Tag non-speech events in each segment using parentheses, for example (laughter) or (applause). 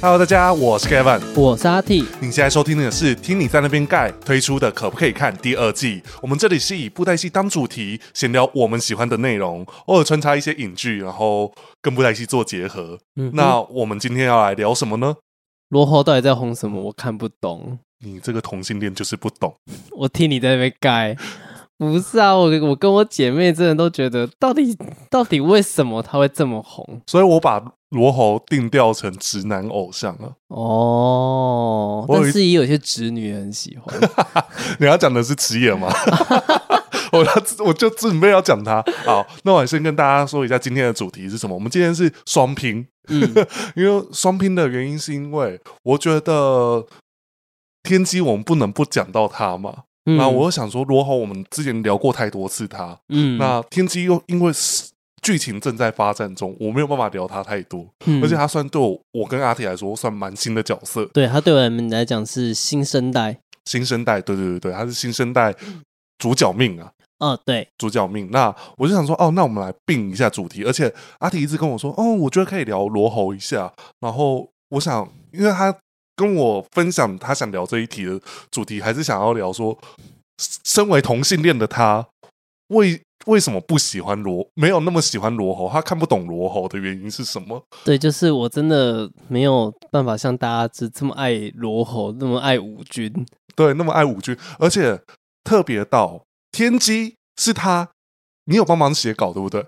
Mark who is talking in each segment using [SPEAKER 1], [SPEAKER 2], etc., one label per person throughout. [SPEAKER 1] Hello，大家，我是 Kevin。
[SPEAKER 2] 我是阿 T，
[SPEAKER 1] 你现在收听的是《听你在那边盖》推出的《可不可以看》第二季。我们这里是以布袋戏当主题，闲聊我们喜欢的内容，偶尔穿插一些影剧，然后跟布袋戏做结合。
[SPEAKER 2] 嗯哼
[SPEAKER 1] 那我们今天要来聊什么呢？
[SPEAKER 2] 罗喉到底在红什么？我看不懂。
[SPEAKER 1] 你这个同性恋就是不懂。
[SPEAKER 2] 我听你在那边盖，不是啊，我我跟我姐妹真的都觉得，到底到底为什么他会这么红？
[SPEAKER 1] 所以我把罗喉定调成直男偶像啊了。
[SPEAKER 2] 哦，
[SPEAKER 1] 我有一
[SPEAKER 2] 但是也有些直女也很
[SPEAKER 1] (laughs)
[SPEAKER 2] 喜欢。
[SPEAKER 1] 你要讲的是迟野吗？
[SPEAKER 2] (laughs)
[SPEAKER 1] 我要我就准备要讲他。好，那我先跟大家说一下今天的主题是什么。我们今天是双拼，
[SPEAKER 2] 嗯，
[SPEAKER 1] 因为双拼的原因是因为我觉得天机我们不能不讲到他嘛。
[SPEAKER 2] 嗯
[SPEAKER 1] 那我又想说罗喉我们之前聊过太多次他，
[SPEAKER 2] 嗯
[SPEAKER 1] 那天机又因为是剧情正在发展中，我没有办法聊他太多，
[SPEAKER 2] 嗯
[SPEAKER 1] 而且他算对我我跟阿铁来说算蛮新的角色，
[SPEAKER 2] 对他对我们来讲是新生代
[SPEAKER 1] 新生代，对对对对，他是新生代主角命啊。
[SPEAKER 2] 哦，对，
[SPEAKER 1] 主角命。那我就想说，哦，那我们来并一下主题。而且阿迪一直跟我说，哦，我觉得可以聊罗喉一下。然后我想，因为他跟我分享他想聊这一题的主题，还是想要聊说，身为同性恋的他，为为什么不喜欢罗，没有那么喜欢罗喉，他看不懂罗喉的原因是什么？
[SPEAKER 2] 对，就是我真的没有办法像大家只这么爱罗喉，那么爱五军。
[SPEAKER 1] 对，那么爱五军，而且特别到天机是他，你有帮忙写稿对不对？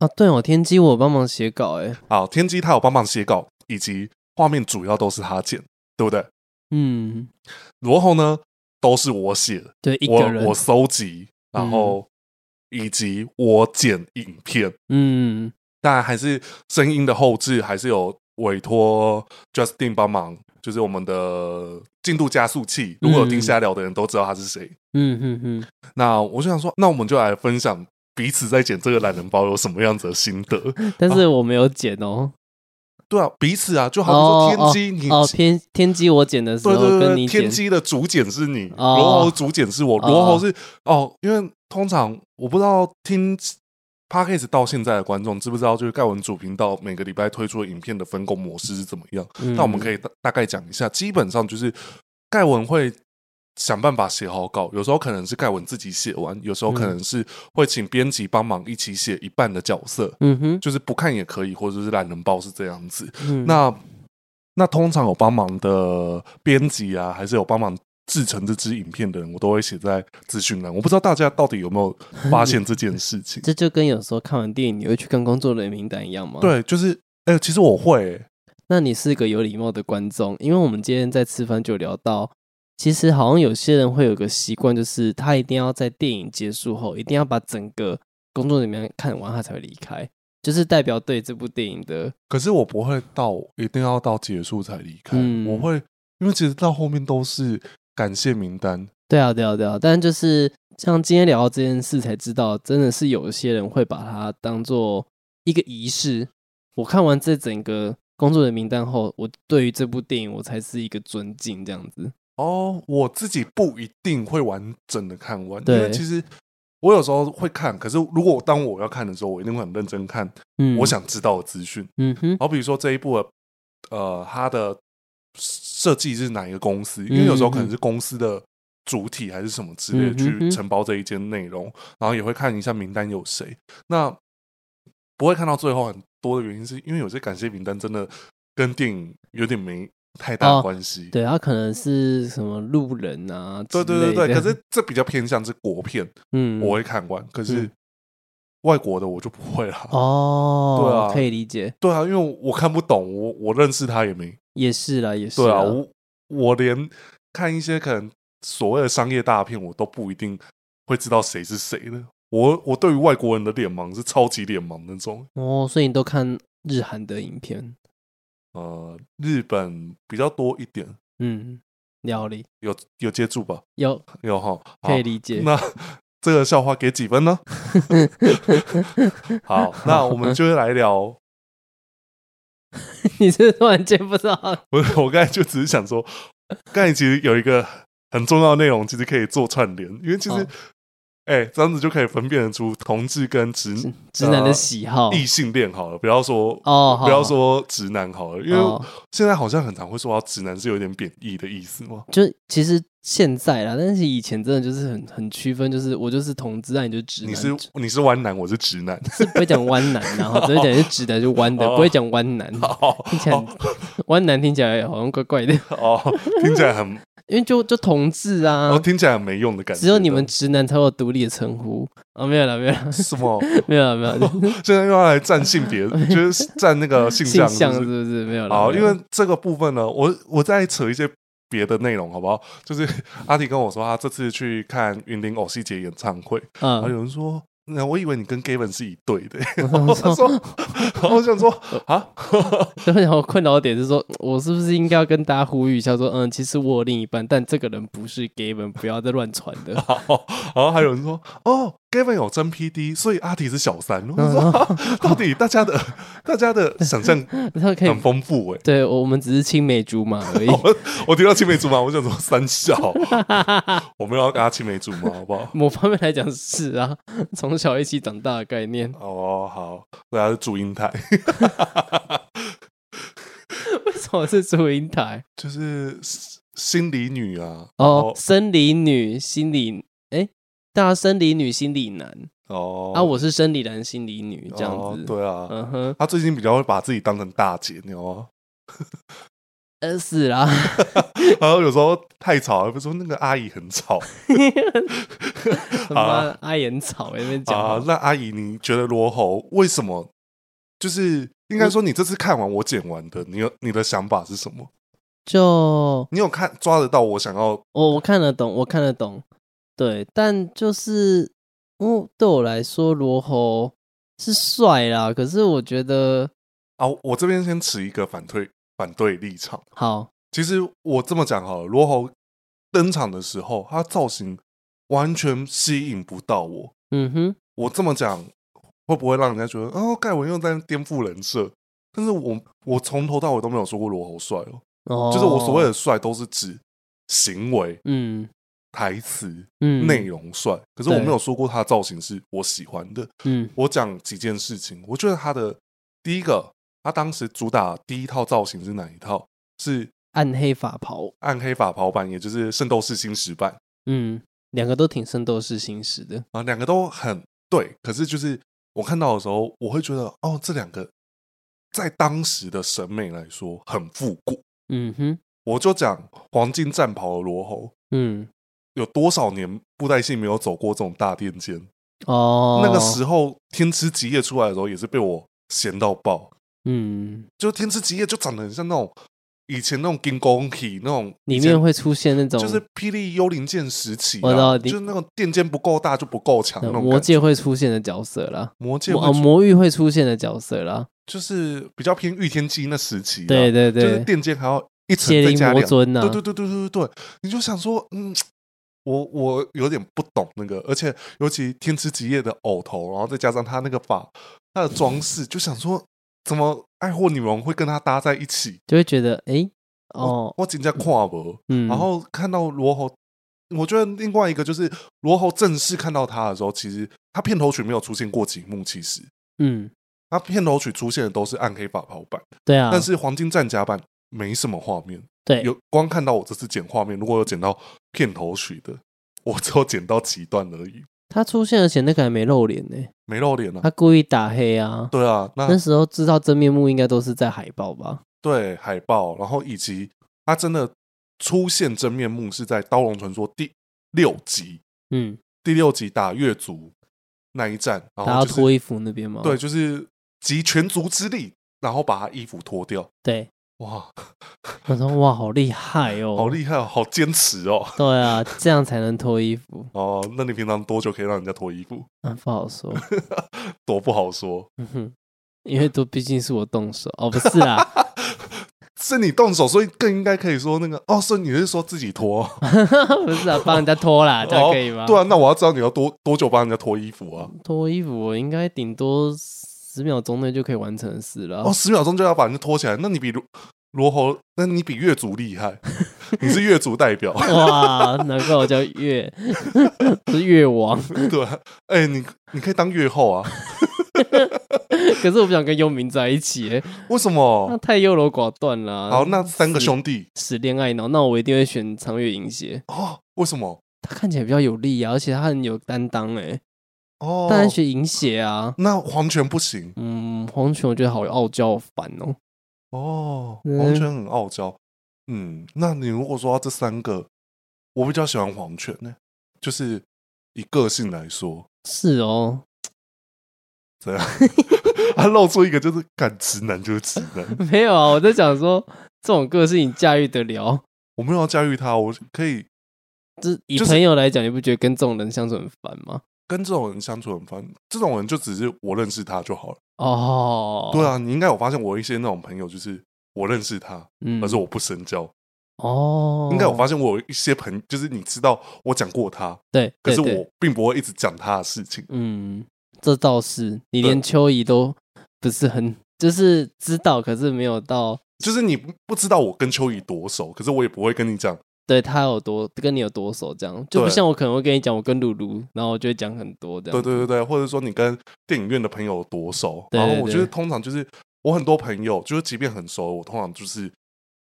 [SPEAKER 2] 啊，对哦，天机我有帮忙写稿，哎，
[SPEAKER 1] 好，天机他有帮忙写稿，以及画面主要都是他剪，对不对？
[SPEAKER 2] 嗯，
[SPEAKER 1] 罗喉呢，都是我写的，
[SPEAKER 2] 对，一个人
[SPEAKER 1] 我我，搜集，然后以及我剪影片，
[SPEAKER 2] 嗯，
[SPEAKER 1] 当然还是声音的后置，还是有委托 Justin 帮忙，就是我们的进度加速器。如果有听瞎聊的人都知道他是谁。
[SPEAKER 2] 嗯哼哼，
[SPEAKER 1] 那我就想说，那我们就来分享彼此在剪这个懒人包有什么样子的心得？
[SPEAKER 2] 但是我没有剪哦。
[SPEAKER 1] 对啊，彼此啊，就好比说天机，你
[SPEAKER 2] 哦，天天机我剪的时
[SPEAKER 1] 对
[SPEAKER 2] 候
[SPEAKER 1] 对
[SPEAKER 2] 跟
[SPEAKER 1] 对，
[SPEAKER 2] 你
[SPEAKER 1] 天
[SPEAKER 2] 剪，
[SPEAKER 1] 机的主剪是你，
[SPEAKER 2] 哦
[SPEAKER 1] 罗喉主剪是我，
[SPEAKER 2] 哦
[SPEAKER 1] 罗喉是哦，因为通常我不知道听 podcast 到现在的观众知不知道，就是盖文主频道每个礼拜推出的影片的分工模式是怎么样？
[SPEAKER 2] 嗯
[SPEAKER 1] 那我们可以大大概讲一下，基本上就是盖文会。想办法写好稿，有时候可能是盖文自己写完，有时候
[SPEAKER 2] 嗯
[SPEAKER 1] 可能是会请编辑帮忙一起写一半的角色，
[SPEAKER 2] 嗯哼，
[SPEAKER 1] 就是不看也可以，或者是懒人包是这样子。
[SPEAKER 2] 嗯？
[SPEAKER 1] 那那通常有帮忙的编辑啊，还是有帮忙制成这支影片的人，我都会写在资讯栏。我不知道大家到底有没有发现这件事情
[SPEAKER 2] 这就跟有时候看完电影你会去跟工作人员名单一样吗？，
[SPEAKER 1] 对，就是哎、其实我会、欸
[SPEAKER 2] 那你是一个有礼貌的观众，因为我们今天在吃饭就聊到，其实好像有些人会有个习惯，就是他一定要在电影结束后，一定要把整个工作人员看完，他才会离开，就是代表对这部电影的，
[SPEAKER 1] 可是我不会到一定要到结束才离开，
[SPEAKER 2] 嗯
[SPEAKER 1] 我会因为其实到后面都是感谢名单，
[SPEAKER 2] 对啊，对啊，对啊，但就是像今天聊到这件事才知道，真的是有些人会把它当做一个仪式。我看完这整个工作的名单后，我对于这部电影我才是一个尊敬这样子。
[SPEAKER 1] 哦，我自己不一定会完整的看完，因
[SPEAKER 2] 对
[SPEAKER 1] 为其实我有时候会看，可是如果当我要看的时候，我一定会很认真看
[SPEAKER 2] 嗯，
[SPEAKER 1] 我，想知道的资讯。
[SPEAKER 2] 嗯哼，
[SPEAKER 1] 好比说这一部的，呃，它的设计是哪一个公司？因为有时候可能是公司的主体还是什么之类的
[SPEAKER 2] 嗯哼
[SPEAKER 1] 去
[SPEAKER 2] 哼
[SPEAKER 1] 承包这一间内容，然后也会看一下名单有谁。那不会看到最后很多的原因，是因为有些感谢名单真的跟电影有点没太大
[SPEAKER 2] 哦
[SPEAKER 1] 关系。
[SPEAKER 2] 对，他可能是什么路人啊之
[SPEAKER 1] 对
[SPEAKER 2] 类的，
[SPEAKER 1] 对对对，可是这比较偏向是国片，
[SPEAKER 2] 嗯，
[SPEAKER 1] 我会看完，可是
[SPEAKER 2] 嗯
[SPEAKER 1] 外国的我就不会了。
[SPEAKER 2] 哦，
[SPEAKER 1] 对啊
[SPEAKER 2] 可以理解，
[SPEAKER 1] 对啊，因为我看不懂，我我认识他也没
[SPEAKER 2] 也是啦，也是
[SPEAKER 1] 对啊，
[SPEAKER 2] 啦，
[SPEAKER 1] 我我连看一些可能所谓的商业大片，我都不一定会知道谁是谁的。我我对于外国人的脸盲是超级脸盲那种。
[SPEAKER 2] 哦，所以你都看日韩的影片，
[SPEAKER 1] 呃，日本比较多一点，
[SPEAKER 2] 嗯，料理
[SPEAKER 1] 有有接触吧？
[SPEAKER 2] 有
[SPEAKER 1] 有哈，好
[SPEAKER 2] 可以理解，
[SPEAKER 1] 那这个笑话给几分呢？ (laughs) 好，那我们就来聊。
[SPEAKER 2] (laughs) 你是不是突然间不知道
[SPEAKER 1] 我我 (laughs) 刚才就只是想说，刚才其实有一个很重要的内容，其实可以做串联，因为其实
[SPEAKER 2] 哦
[SPEAKER 1] 哎、这样子就可以分辨得出同志跟直呃
[SPEAKER 2] 直直男的喜好
[SPEAKER 1] 异性恋好了，不要说
[SPEAKER 2] 哦，好
[SPEAKER 1] 不要说直男好了，因为
[SPEAKER 2] 哦
[SPEAKER 1] 现在好像很常会说到直男是有点贬义的意思嘛。
[SPEAKER 2] 就是其实现在啦，但是以前真的就是很很区分，就是我就是同志啊，你就是直男，
[SPEAKER 1] 你是你是弯男，我是直男。
[SPEAKER 2] (laughs) 是不会讲弯男，然后只会讲是直的，就弯
[SPEAKER 1] (laughs)
[SPEAKER 2] 的，
[SPEAKER 1] 哦
[SPEAKER 2] 不会讲弯男。
[SPEAKER 1] 哦
[SPEAKER 2] 听
[SPEAKER 1] (laughs)
[SPEAKER 2] 起来弯男听起来好像怪怪的，
[SPEAKER 1] 哦，听起来很
[SPEAKER 2] 因为就就同志啊
[SPEAKER 1] 哦，，听起来很没用的感觉。
[SPEAKER 2] 只有你们直男才有独立的称呼啊，没有了，没有了，
[SPEAKER 1] 什么？
[SPEAKER 2] 没有了，没有了，
[SPEAKER 1] 现在又要来占性
[SPEAKER 2] (laughs)
[SPEAKER 1] 别，就是占那个性
[SPEAKER 2] 性
[SPEAKER 1] 向，
[SPEAKER 2] 向
[SPEAKER 1] 是
[SPEAKER 2] 是
[SPEAKER 1] 不是？
[SPEAKER 2] 不是没有了？
[SPEAKER 1] 好，
[SPEAKER 2] 没
[SPEAKER 1] 因
[SPEAKER 2] 有了
[SPEAKER 1] 为这个部分呢，我我再扯一些别的内容，好不好？ (laughs) 就是阿迪跟我说，他这次去看云林偶戏节演唱会，然后
[SPEAKER 2] 嗯，
[SPEAKER 1] 有人说。那我以为你跟 Gavin 是一对的，然后我想说，然后我想说啊， (laughs)
[SPEAKER 2] (laughs) 所以我困扰的点是说，我是不是应该要跟大家呼吁一下说，嗯，其实我有另一半，但这个人不是 gay 们，不要再乱传的。
[SPEAKER 1] 好，然后还有人说，哦，Gavin 有真 PD，所以阿迪是小三。我说，啊到底大家的大家的想象
[SPEAKER 2] (laughs) 然后可以
[SPEAKER 1] 很，哦丰富哎、
[SPEAKER 2] 对我们只是青梅竹马而已。
[SPEAKER 1] 我我听到青梅竹马，我想说三笑，我们要跟他青梅竹马，好不好？
[SPEAKER 2] (laughs) 某方面来讲是啊，从小一起长大的概念。 (laughs)
[SPEAKER 1] 哦，好，大家是祝英台，
[SPEAKER 2] 为什么是祝英台？
[SPEAKER 1] 就是心理女啊。
[SPEAKER 2] 哦，生理女、心理，哎，大家生理女、心理男
[SPEAKER 1] 哦，
[SPEAKER 2] 啊，我是生理男、心理女这样
[SPEAKER 1] 哦
[SPEAKER 2] 子。
[SPEAKER 1] 对啊。
[SPEAKER 2] 嗯哼，
[SPEAKER 1] 他最近比较会把自己当成大姐，你知道吗？ (laughs)
[SPEAKER 2] 呃，是啦，
[SPEAKER 1] 然后有时候太吵，不是说那个阿姨很
[SPEAKER 2] (laughs)
[SPEAKER 1] 吵
[SPEAKER 2] 他妈阿言草在那边讲
[SPEAKER 1] 啊
[SPEAKER 2] 话。。
[SPEAKER 1] 那阿姨，你觉得罗喉为什么？就是应该说，你这次看完我剪完的，你有你的想法是什么？
[SPEAKER 2] 就
[SPEAKER 1] 你有看抓得到我想要
[SPEAKER 2] 哦我我看得懂，我看得懂，对，但就是，嗯，对我来说，罗喉是帅啦，可是我觉得
[SPEAKER 1] 啊，我这边先持一个反对反对立场。
[SPEAKER 2] 好，
[SPEAKER 1] 其实我这么讲好了，罗喉登场的时候，他造型完全吸引不到我。
[SPEAKER 2] 嗯哼，
[SPEAKER 1] 我这么讲会不会让人家觉得哦，盖文又在颠覆人设？但是我我从头到尾都没有说过罗喉帅哦，
[SPEAKER 2] 哦，
[SPEAKER 1] 就是我所谓的帅都是指行为、
[SPEAKER 2] 嗯
[SPEAKER 1] 台词、
[SPEAKER 2] 嗯
[SPEAKER 1] 内容帅。可是我
[SPEAKER 2] 对
[SPEAKER 1] 没有说过他的造型是我喜欢的。
[SPEAKER 2] 嗯
[SPEAKER 1] 我讲几件事情，我觉得他的第一个，他当时主打第一套造型是哪一套？是
[SPEAKER 2] 暗黑法袍，
[SPEAKER 1] 暗黑法袍版，也就是圣斗士星矢版
[SPEAKER 2] 嗯，两个都挺圣斗士星矢的，
[SPEAKER 1] 啊，两个都很对。可是就是我看到的时候，我会觉得哦，这两个在当时的审美来说很复古。
[SPEAKER 2] 嗯哼，
[SPEAKER 1] 我就讲黄金战袍的罗喉，
[SPEAKER 2] 嗯
[SPEAKER 1] 有多少年布袋戏没有走过这种大垫肩？
[SPEAKER 2] 哦，
[SPEAKER 1] 那个时候天之极夜出来的时候，也是被我嫌到爆。
[SPEAKER 2] 嗯
[SPEAKER 1] 就天之极夜就长得很像那种以前那种金光体那种以
[SPEAKER 2] 里
[SPEAKER 1] 前，
[SPEAKER 2] 面会出现那种呃
[SPEAKER 1] 就是霹雳幽灵剑时期、啊，
[SPEAKER 2] 我知道
[SPEAKER 1] 就是那种电剑不够大就不够强那
[SPEAKER 2] 呃
[SPEAKER 1] 种
[SPEAKER 2] 魔
[SPEAKER 1] 感觉。
[SPEAKER 2] 界会出现的角色啦，
[SPEAKER 1] 魔界
[SPEAKER 2] 魔
[SPEAKER 1] 会
[SPEAKER 2] 哦魔域会出现的角色啦，
[SPEAKER 1] 就是比较偏御天机那时期、啊，
[SPEAKER 2] 对对
[SPEAKER 1] 就是
[SPEAKER 2] 对，
[SPEAKER 1] 电剑还要一层
[SPEAKER 2] 邪
[SPEAKER 1] 再
[SPEAKER 2] 灵
[SPEAKER 1] 加
[SPEAKER 2] 魔
[SPEAKER 1] 两，
[SPEAKER 2] 尊啊呐
[SPEAKER 1] 对，对对对对对对，你就想说，嗯，我我有点不懂那个，而且尤其天之极夜的偶头，然后再加上他那个发，他的装饰，就想说，怎么爱霍女王会跟他搭在一起？
[SPEAKER 2] 就会觉得诶，哦，
[SPEAKER 1] 我真的看不。
[SPEAKER 2] 嗯，
[SPEAKER 1] 然后看到罗喉，我觉得另外一个就是罗喉正式看到他的时候，其实他片头曲没有出现过几幕，其实
[SPEAKER 2] 嗯，
[SPEAKER 1] 他片头曲出现的都是暗黑法袍版，
[SPEAKER 2] 对啊，
[SPEAKER 1] 但是黄金战甲版没什么画面，
[SPEAKER 2] 对
[SPEAKER 1] 有光看到我这次剪画面，如果有剪到片头曲的， (laughs) 我只有剪到几段而已，
[SPEAKER 2] 他出现，而且那个还没露脸呢、
[SPEAKER 1] 没露脸啊。
[SPEAKER 2] 他故意打黑啊。
[SPEAKER 1] 对啊，
[SPEAKER 2] 那
[SPEAKER 1] 那
[SPEAKER 2] 时候知道真面目应该都是在海报吧？
[SPEAKER 1] 对海报，然后以及他真的出现真面目是在《刀龙传说》第六集，
[SPEAKER 2] 嗯，
[SPEAKER 1] 第六集打越族那一战，然
[SPEAKER 2] 打到
[SPEAKER 1] 后哦就是
[SPEAKER 2] 脱衣服那边吗？
[SPEAKER 1] 对，就是集全族之力，然后把他衣服脱掉。
[SPEAKER 2] 对，
[SPEAKER 1] 哇，
[SPEAKER 2] 我说哇，好厉害哦，
[SPEAKER 1] 好厉害哦，好坚持哦！
[SPEAKER 2] 对啊，这样才能脱衣服，
[SPEAKER 1] 哦，那你平常多久可以让人家脱衣服？
[SPEAKER 2] 啊，不好说，
[SPEAKER 1] 多不好说，
[SPEAKER 2] 嗯哼，因为都毕竟是我动手，哦，不是啦， (laughs)
[SPEAKER 1] 是你动手，所以更应该可以说那个哦，所以你是说自己脱？
[SPEAKER 2] 不是啊，帮人家脱啦，这样可以吗？
[SPEAKER 1] 哦对啊，那我要知道你要多多久帮人家脱衣服啊？
[SPEAKER 2] 脱衣服我应该顶多十秒钟内就可以完成的事了啊
[SPEAKER 1] 哦哦，，十秒钟就要把人家脱起来，那你比如罗喉，那你比越族厉
[SPEAKER 2] (laughs)
[SPEAKER 1] 害，你是越族代表，
[SPEAKER 2] 哇，难怪我叫月， (laughs) 是月王。
[SPEAKER 1] 对啊，哎、你你可以当越后啊？
[SPEAKER 2] 可是我不想跟幽冥在一起耶，
[SPEAKER 1] 为什么
[SPEAKER 2] (laughs) 那？太优柔寡断了。
[SPEAKER 1] 哦好，那三个兄弟
[SPEAKER 2] 死恋爱脑，那我一定会选长月银邪。
[SPEAKER 1] 哦，为什么？
[SPEAKER 2] 他看起来比较有力啊，而且他很有担当哎，
[SPEAKER 1] 哦，
[SPEAKER 2] 当然选银邪啊。
[SPEAKER 1] 那黄泉不行
[SPEAKER 2] 嗯，黄泉我觉得好傲娇，好烦哦。
[SPEAKER 1] 哦，
[SPEAKER 2] 嗯
[SPEAKER 1] 黄泉很傲娇。嗯，那你如果说到这三个，我比较喜欢黄泉呢、就是以个性来说，
[SPEAKER 2] 是哦， (laughs)
[SPEAKER 1] 怎样？ (laughs) 他露出一个就是干直男就是直
[SPEAKER 2] (laughs)
[SPEAKER 1] 男，
[SPEAKER 2] 没有啊，我在讲说这种个性你驾驭得了。
[SPEAKER 1] 我没有要驾驭他，我可以
[SPEAKER 2] 就是以
[SPEAKER 1] 就是
[SPEAKER 2] 朋友来讲，你不觉得跟这种人相处很烦吗？
[SPEAKER 1] 跟这种人相处很烦，这种人就只是我认识他就好了。
[SPEAKER 2] 哦，
[SPEAKER 1] 对，啊，你应该有发现我一些那种朋友，就是我认识他，
[SPEAKER 2] 嗯
[SPEAKER 1] 可是我不深交。
[SPEAKER 2] 哦，
[SPEAKER 1] 应该有发现我有一些朋就是你知道我讲过他，
[SPEAKER 2] 对，
[SPEAKER 1] 可是
[SPEAKER 2] 对对
[SPEAKER 1] 我并不会一直讲他的事情。
[SPEAKER 2] 嗯，这倒是，你
[SPEAKER 1] 对
[SPEAKER 2] 连秋怡都不是很，就是知道，可是没有到
[SPEAKER 1] 就是你不不知道我跟秋怡多熟，可是我也不会跟你讲。
[SPEAKER 2] 对他有多跟你有多熟，这样就不
[SPEAKER 1] 对
[SPEAKER 2] 像我可能会跟你讲，我跟露露，然后我就会讲很多这
[SPEAKER 1] 对
[SPEAKER 2] 样。
[SPEAKER 1] 对对对，或者说你跟电影院的朋友有多熟？
[SPEAKER 2] 对对
[SPEAKER 1] 然后我
[SPEAKER 2] 对
[SPEAKER 1] 觉得通常就是我很多朋友，就是即便很熟，我通常就是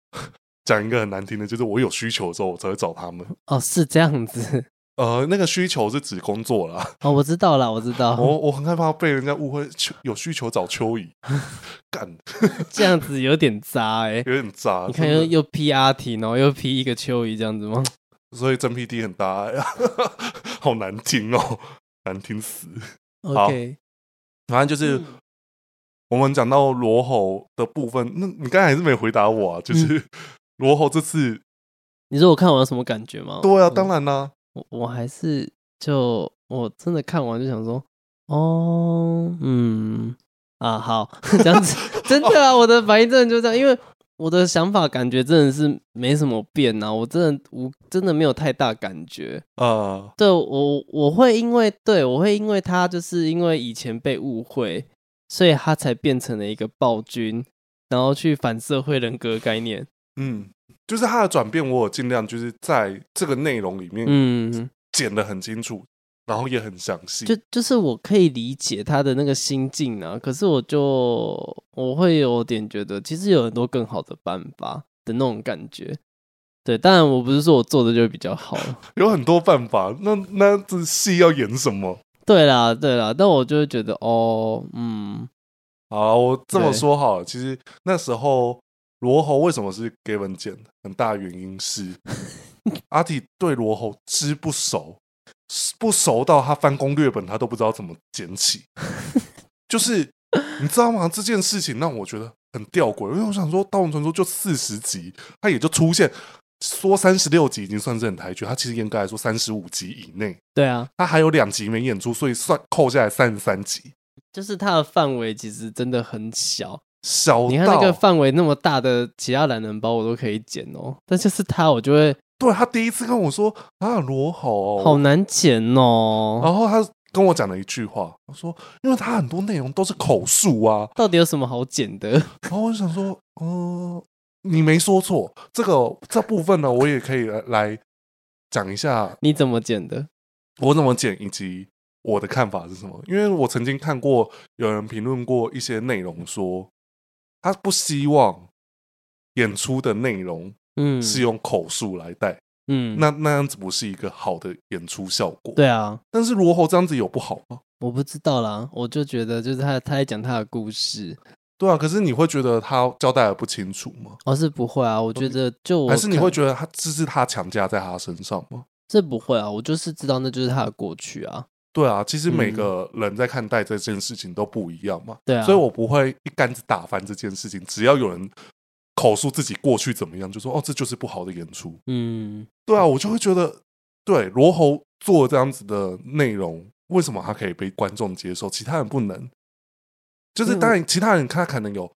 [SPEAKER 1] (laughs) 讲一个很难听的，就是我有需求的时候，我才会找他们。
[SPEAKER 2] 哦，是这样子
[SPEAKER 1] 呃，那个需求是指工作啦，
[SPEAKER 2] 哦，我知道了，我知道，
[SPEAKER 1] 我我很害怕被人家误会，秋有需求找秋怡，干
[SPEAKER 2] 这样子有点渣哎、
[SPEAKER 1] 有点渣。
[SPEAKER 2] 你
[SPEAKER 1] 啊
[SPEAKER 2] 看
[SPEAKER 1] 真
[SPEAKER 2] 又
[SPEAKER 1] 的
[SPEAKER 2] 又 P R T，然后又 P 一个秋怡这样子吗？
[SPEAKER 1] 所以真 P D 很大爱啊， (laughs) 好难听哦，难听死。
[SPEAKER 2] OK，
[SPEAKER 1] 反正就是、
[SPEAKER 2] 嗯
[SPEAKER 1] 我们讲到罗喉的部分，那你刚才还是没回答我
[SPEAKER 2] 嗯
[SPEAKER 1] 啊，就是 (laughs) 罗喉这次，
[SPEAKER 2] 你说我看完有什么感觉吗？
[SPEAKER 1] 对啊，
[SPEAKER 2] 嗯
[SPEAKER 1] 当然啦、
[SPEAKER 2] 我我还是就我真的看完就想说，哦，嗯啊，好 (laughs) 这样子，真的啊，我的反应真的就这样，因为我的想法感觉真的是没什么变呐、啊，我真的无真的没有太大感觉。
[SPEAKER 1] 呃，
[SPEAKER 2] 对我我会因为对我会因为他就是因为以前被误会，所以他才变成了一个暴君，然后去反社会人格概念。
[SPEAKER 1] 嗯，就是他的转变，我有尽量就是在这个内容里面
[SPEAKER 2] 嗯，
[SPEAKER 1] 剪的很清楚，然后也很详细。
[SPEAKER 2] 就就是我可以理解他的那个心境啊，可是我就我会有点觉得，其实有很多更好的办法的那种感觉。对，当然我不是说我做的就比
[SPEAKER 1] (laughs)
[SPEAKER 2] 较好了，
[SPEAKER 1] 有很多办法，那那这戏要演什么？
[SPEAKER 2] 对啦，对啦，但我就会觉得哦，嗯，
[SPEAKER 1] 好，我这么
[SPEAKER 2] 对
[SPEAKER 1] 说好了，其实那时候罗喉为什么是 Gavin 剪的，很大原因
[SPEAKER 2] (laughs)
[SPEAKER 1] 是阿体对罗喉之不熟，不熟到他翻攻略本他都不知道怎么捡
[SPEAKER 2] (laughs)
[SPEAKER 1] 起，就是你知道吗？这件事情让我觉得很吊诡，因为我想说《盗墓传说》就四十集，它也就出现。说三十六集已经算是很抬举，它其实严格来说三十五集以内，
[SPEAKER 2] 对啊，
[SPEAKER 1] 它还有两集没演出，所以算扣下来三十三集，
[SPEAKER 2] 就是它的范围其实真的很小。
[SPEAKER 1] 小到
[SPEAKER 2] 你看那个范围那么大的其他懒人包我都可以剪哦，但就是它我就会
[SPEAKER 1] 对他第一次跟我说啊罗喉，
[SPEAKER 2] 好难剪哦。
[SPEAKER 1] 然后他跟我讲了一句话，他说因为他很多内容都是口述啊，
[SPEAKER 2] 到底有什么好剪的？ (laughs)
[SPEAKER 1] 然后我就想说，呃，你没说错，这个这部分呢，我也可以来来讲一下
[SPEAKER 2] 你怎么剪的？
[SPEAKER 1] 我怎么剪以及我的看法是什么，因为我曾经看过有人评论过一些内容说，他不希望演出的内容
[SPEAKER 2] 嗯，
[SPEAKER 1] 是用口述来带，
[SPEAKER 2] 嗯，
[SPEAKER 1] 那那样子不是一个好的演出效果。
[SPEAKER 2] 对啊，
[SPEAKER 1] 但是罗喉这样子有不好吗？
[SPEAKER 2] 我不知道啦，我就觉得就是他他在讲他的故事，
[SPEAKER 1] 对啊，可是你会觉得他交代的不清楚吗？
[SPEAKER 2] 哦是不会啊，我觉得就我
[SPEAKER 1] 还是你会
[SPEAKER 2] 看
[SPEAKER 1] 觉得他这是他强加在他身上吗？
[SPEAKER 2] 这不会啊，我就是知道那就是他的过去啊，
[SPEAKER 1] 对啊，其实
[SPEAKER 2] 嗯
[SPEAKER 1] 每个人在看待这件事情都不一样嘛，
[SPEAKER 2] 对啊，
[SPEAKER 1] 所以我不会一竿子打翻这件事情。只要有人口述自己过去怎么样，就说哦，这就是不好的演出。
[SPEAKER 2] 嗯
[SPEAKER 1] 对啊，我就会觉得，对罗喉做这样子的内容，为什么他可以被观众接受，其他人不能？就是
[SPEAKER 2] 嗯
[SPEAKER 1] 当然，其他人他可能有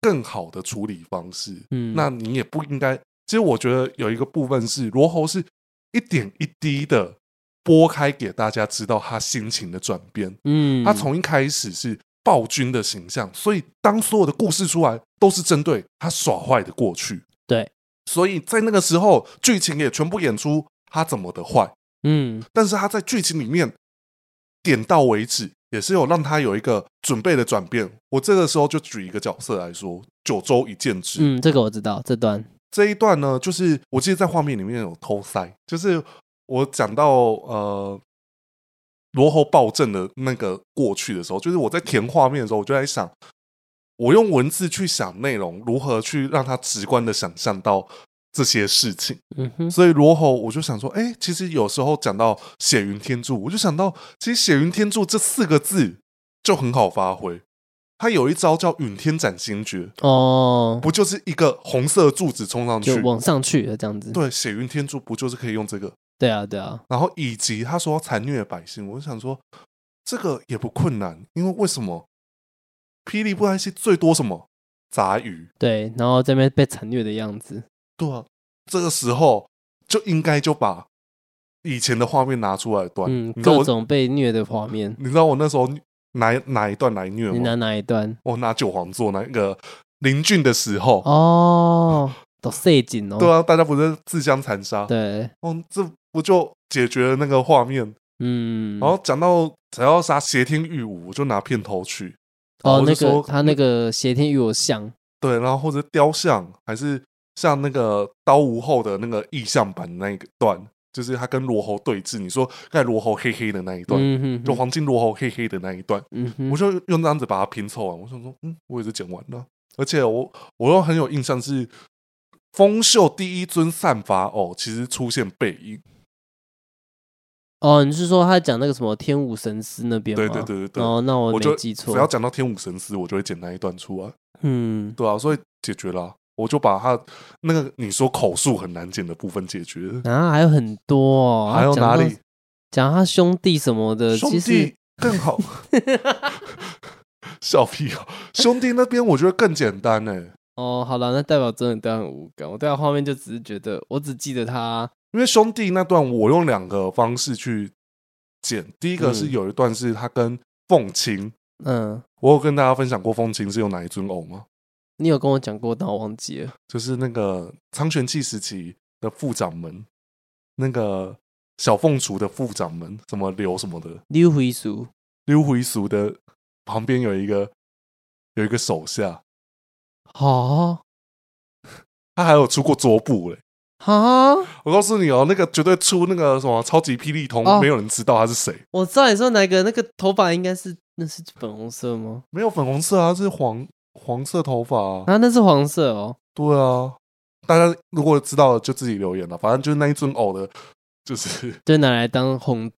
[SPEAKER 1] 更好的处理方式，
[SPEAKER 2] 嗯，
[SPEAKER 1] 那你也不应该。其实我觉得有一个部分是罗喉是一点一滴的剥开给大家知道他心情的转变。
[SPEAKER 2] 嗯
[SPEAKER 1] 他从一开始是暴君的形象，所以当所有的故事出来都是针对他耍坏的过去。
[SPEAKER 2] 对，
[SPEAKER 1] 所以在那个时候，剧情也全部演出他怎么的坏，
[SPEAKER 2] 嗯，
[SPEAKER 1] 但是他在剧情里面点到为止，也是有让他有一个准备的转变。我这个时候就举一个角色来说，九州一剑之、
[SPEAKER 2] 嗯，这个我知道，这段
[SPEAKER 1] 这一段呢，就是我记得在画面里面有偷塞，就是我讲到呃罗侯暴政的那个过去的时候，就是我在填画面的时候，我就在想，我用文字去想内容，如何去让他直观的想象到这些事情。
[SPEAKER 2] 嗯哼，
[SPEAKER 1] 所以罗侯，我就想说，哎、其实有时候讲到血云天柱，我就想到，其实血云天柱这四个字就很好发挥。他有一招叫陨天斩星诀，
[SPEAKER 2] 哦，
[SPEAKER 1] 不就是一个红色柱子冲上去
[SPEAKER 2] 就？往上去了这样子，
[SPEAKER 1] 对，血云天柱不就是可以用这个？
[SPEAKER 2] 对啊，对啊，
[SPEAKER 1] 然后以及他说残虐百姓，我就想说这个也不困难，因为为什么霹雳布袋戏最多什么杂鱼？
[SPEAKER 2] 对，然后这边被残虐的样子，
[SPEAKER 1] 对啊，这个时候就应该就把以前的画面拿出来端。
[SPEAKER 2] 嗯，
[SPEAKER 1] 你知道
[SPEAKER 2] 各
[SPEAKER 1] 我
[SPEAKER 2] 种被虐的画面，
[SPEAKER 1] 你知道我那时候哪哪一段来虐
[SPEAKER 2] 你拿
[SPEAKER 1] 吗？
[SPEAKER 2] 哪一段？
[SPEAKER 1] 我拿九皇做那个邻郡的时候，
[SPEAKER 2] 哦，都塞紧哦，
[SPEAKER 1] 对啊，大家不是自相残杀，
[SPEAKER 2] 对，
[SPEAKER 1] 哦，这不就解决了那个画面？
[SPEAKER 2] 嗯，
[SPEAKER 1] 然后讲到只要杀挟天御武，我就拿片头去，然后
[SPEAKER 2] 哦
[SPEAKER 1] 我，就
[SPEAKER 2] 那
[SPEAKER 1] 说
[SPEAKER 2] 个他那个挟天与我像，
[SPEAKER 1] 对，然后或者雕像，还是像那个刀无后的那个意象版那一段，就是他跟罗侯对峙，你说盖罗侯黑黑的那一段，
[SPEAKER 2] 嗯哼
[SPEAKER 1] 就
[SPEAKER 2] 哼，
[SPEAKER 1] 黄金罗侯黑黑的那一段，
[SPEAKER 2] 嗯哼，
[SPEAKER 1] 我就用这样子把它拼凑完。我想说，嗯，我也是剪完了，而且我我又很有印象是丰秀第一尊散发偶其实出现背影，
[SPEAKER 2] 哦，你是说他讲那个什么天武神师那边吗？
[SPEAKER 1] 对对对对对，
[SPEAKER 2] 哦，那我
[SPEAKER 1] 我就
[SPEAKER 2] 没记错
[SPEAKER 1] 只要，讲到天武神师，我就会剪那一段出来，
[SPEAKER 2] 嗯，
[SPEAKER 1] 对啊，所以解决了啊、我就把他那个你说口述很难剪的部分解决了。
[SPEAKER 2] 然啊后还有很多哦，
[SPEAKER 1] 还有
[SPEAKER 2] 他讲
[SPEAKER 1] 哪
[SPEAKER 2] 到
[SPEAKER 1] 里？
[SPEAKER 2] 讲他兄弟什么的，
[SPEAKER 1] 兄
[SPEAKER 2] 呃其实
[SPEAKER 1] 弟更
[SPEAKER 2] (laughs)
[SPEAKER 1] 好，笑屁哦！兄弟那边我觉得更简单欸呢、
[SPEAKER 2] 哦，好了，那代表真的对他很无感。我对他画面就只是觉得，我只记得他，
[SPEAKER 1] 因为兄弟那段我用两个方式去剪，第一个是
[SPEAKER 2] 嗯
[SPEAKER 1] 有一段是他跟凤琴，
[SPEAKER 2] 嗯，
[SPEAKER 1] 我有跟大家分享过凤琴是用哪一尊偶吗？
[SPEAKER 2] 你有跟我讲过，但我忘记了。
[SPEAKER 1] 就是那个苍玄纪时期的副掌门，那个小凤雏的副掌门，什么刘什么的，
[SPEAKER 2] 溜回鼠，
[SPEAKER 1] 溜回俗的旁边有一个有一个手下，
[SPEAKER 2] 好、
[SPEAKER 1] 他还有出过桌布嘞。
[SPEAKER 2] 哈，
[SPEAKER 1] 我告诉你哦，那个绝对出那个什么超级霹雳通，
[SPEAKER 2] 哦
[SPEAKER 1] 没有人知道他是谁，
[SPEAKER 2] 我知道你说哪个，那个头发应该是那是粉红色吗？
[SPEAKER 1] 没有粉红色啊，是黄黄色头发、啊。
[SPEAKER 2] 啊，那是黄色哦。
[SPEAKER 1] 对啊，大家如果知道了就自己留言了，反正就是那一尊偶的，就是
[SPEAKER 2] 就拿来当红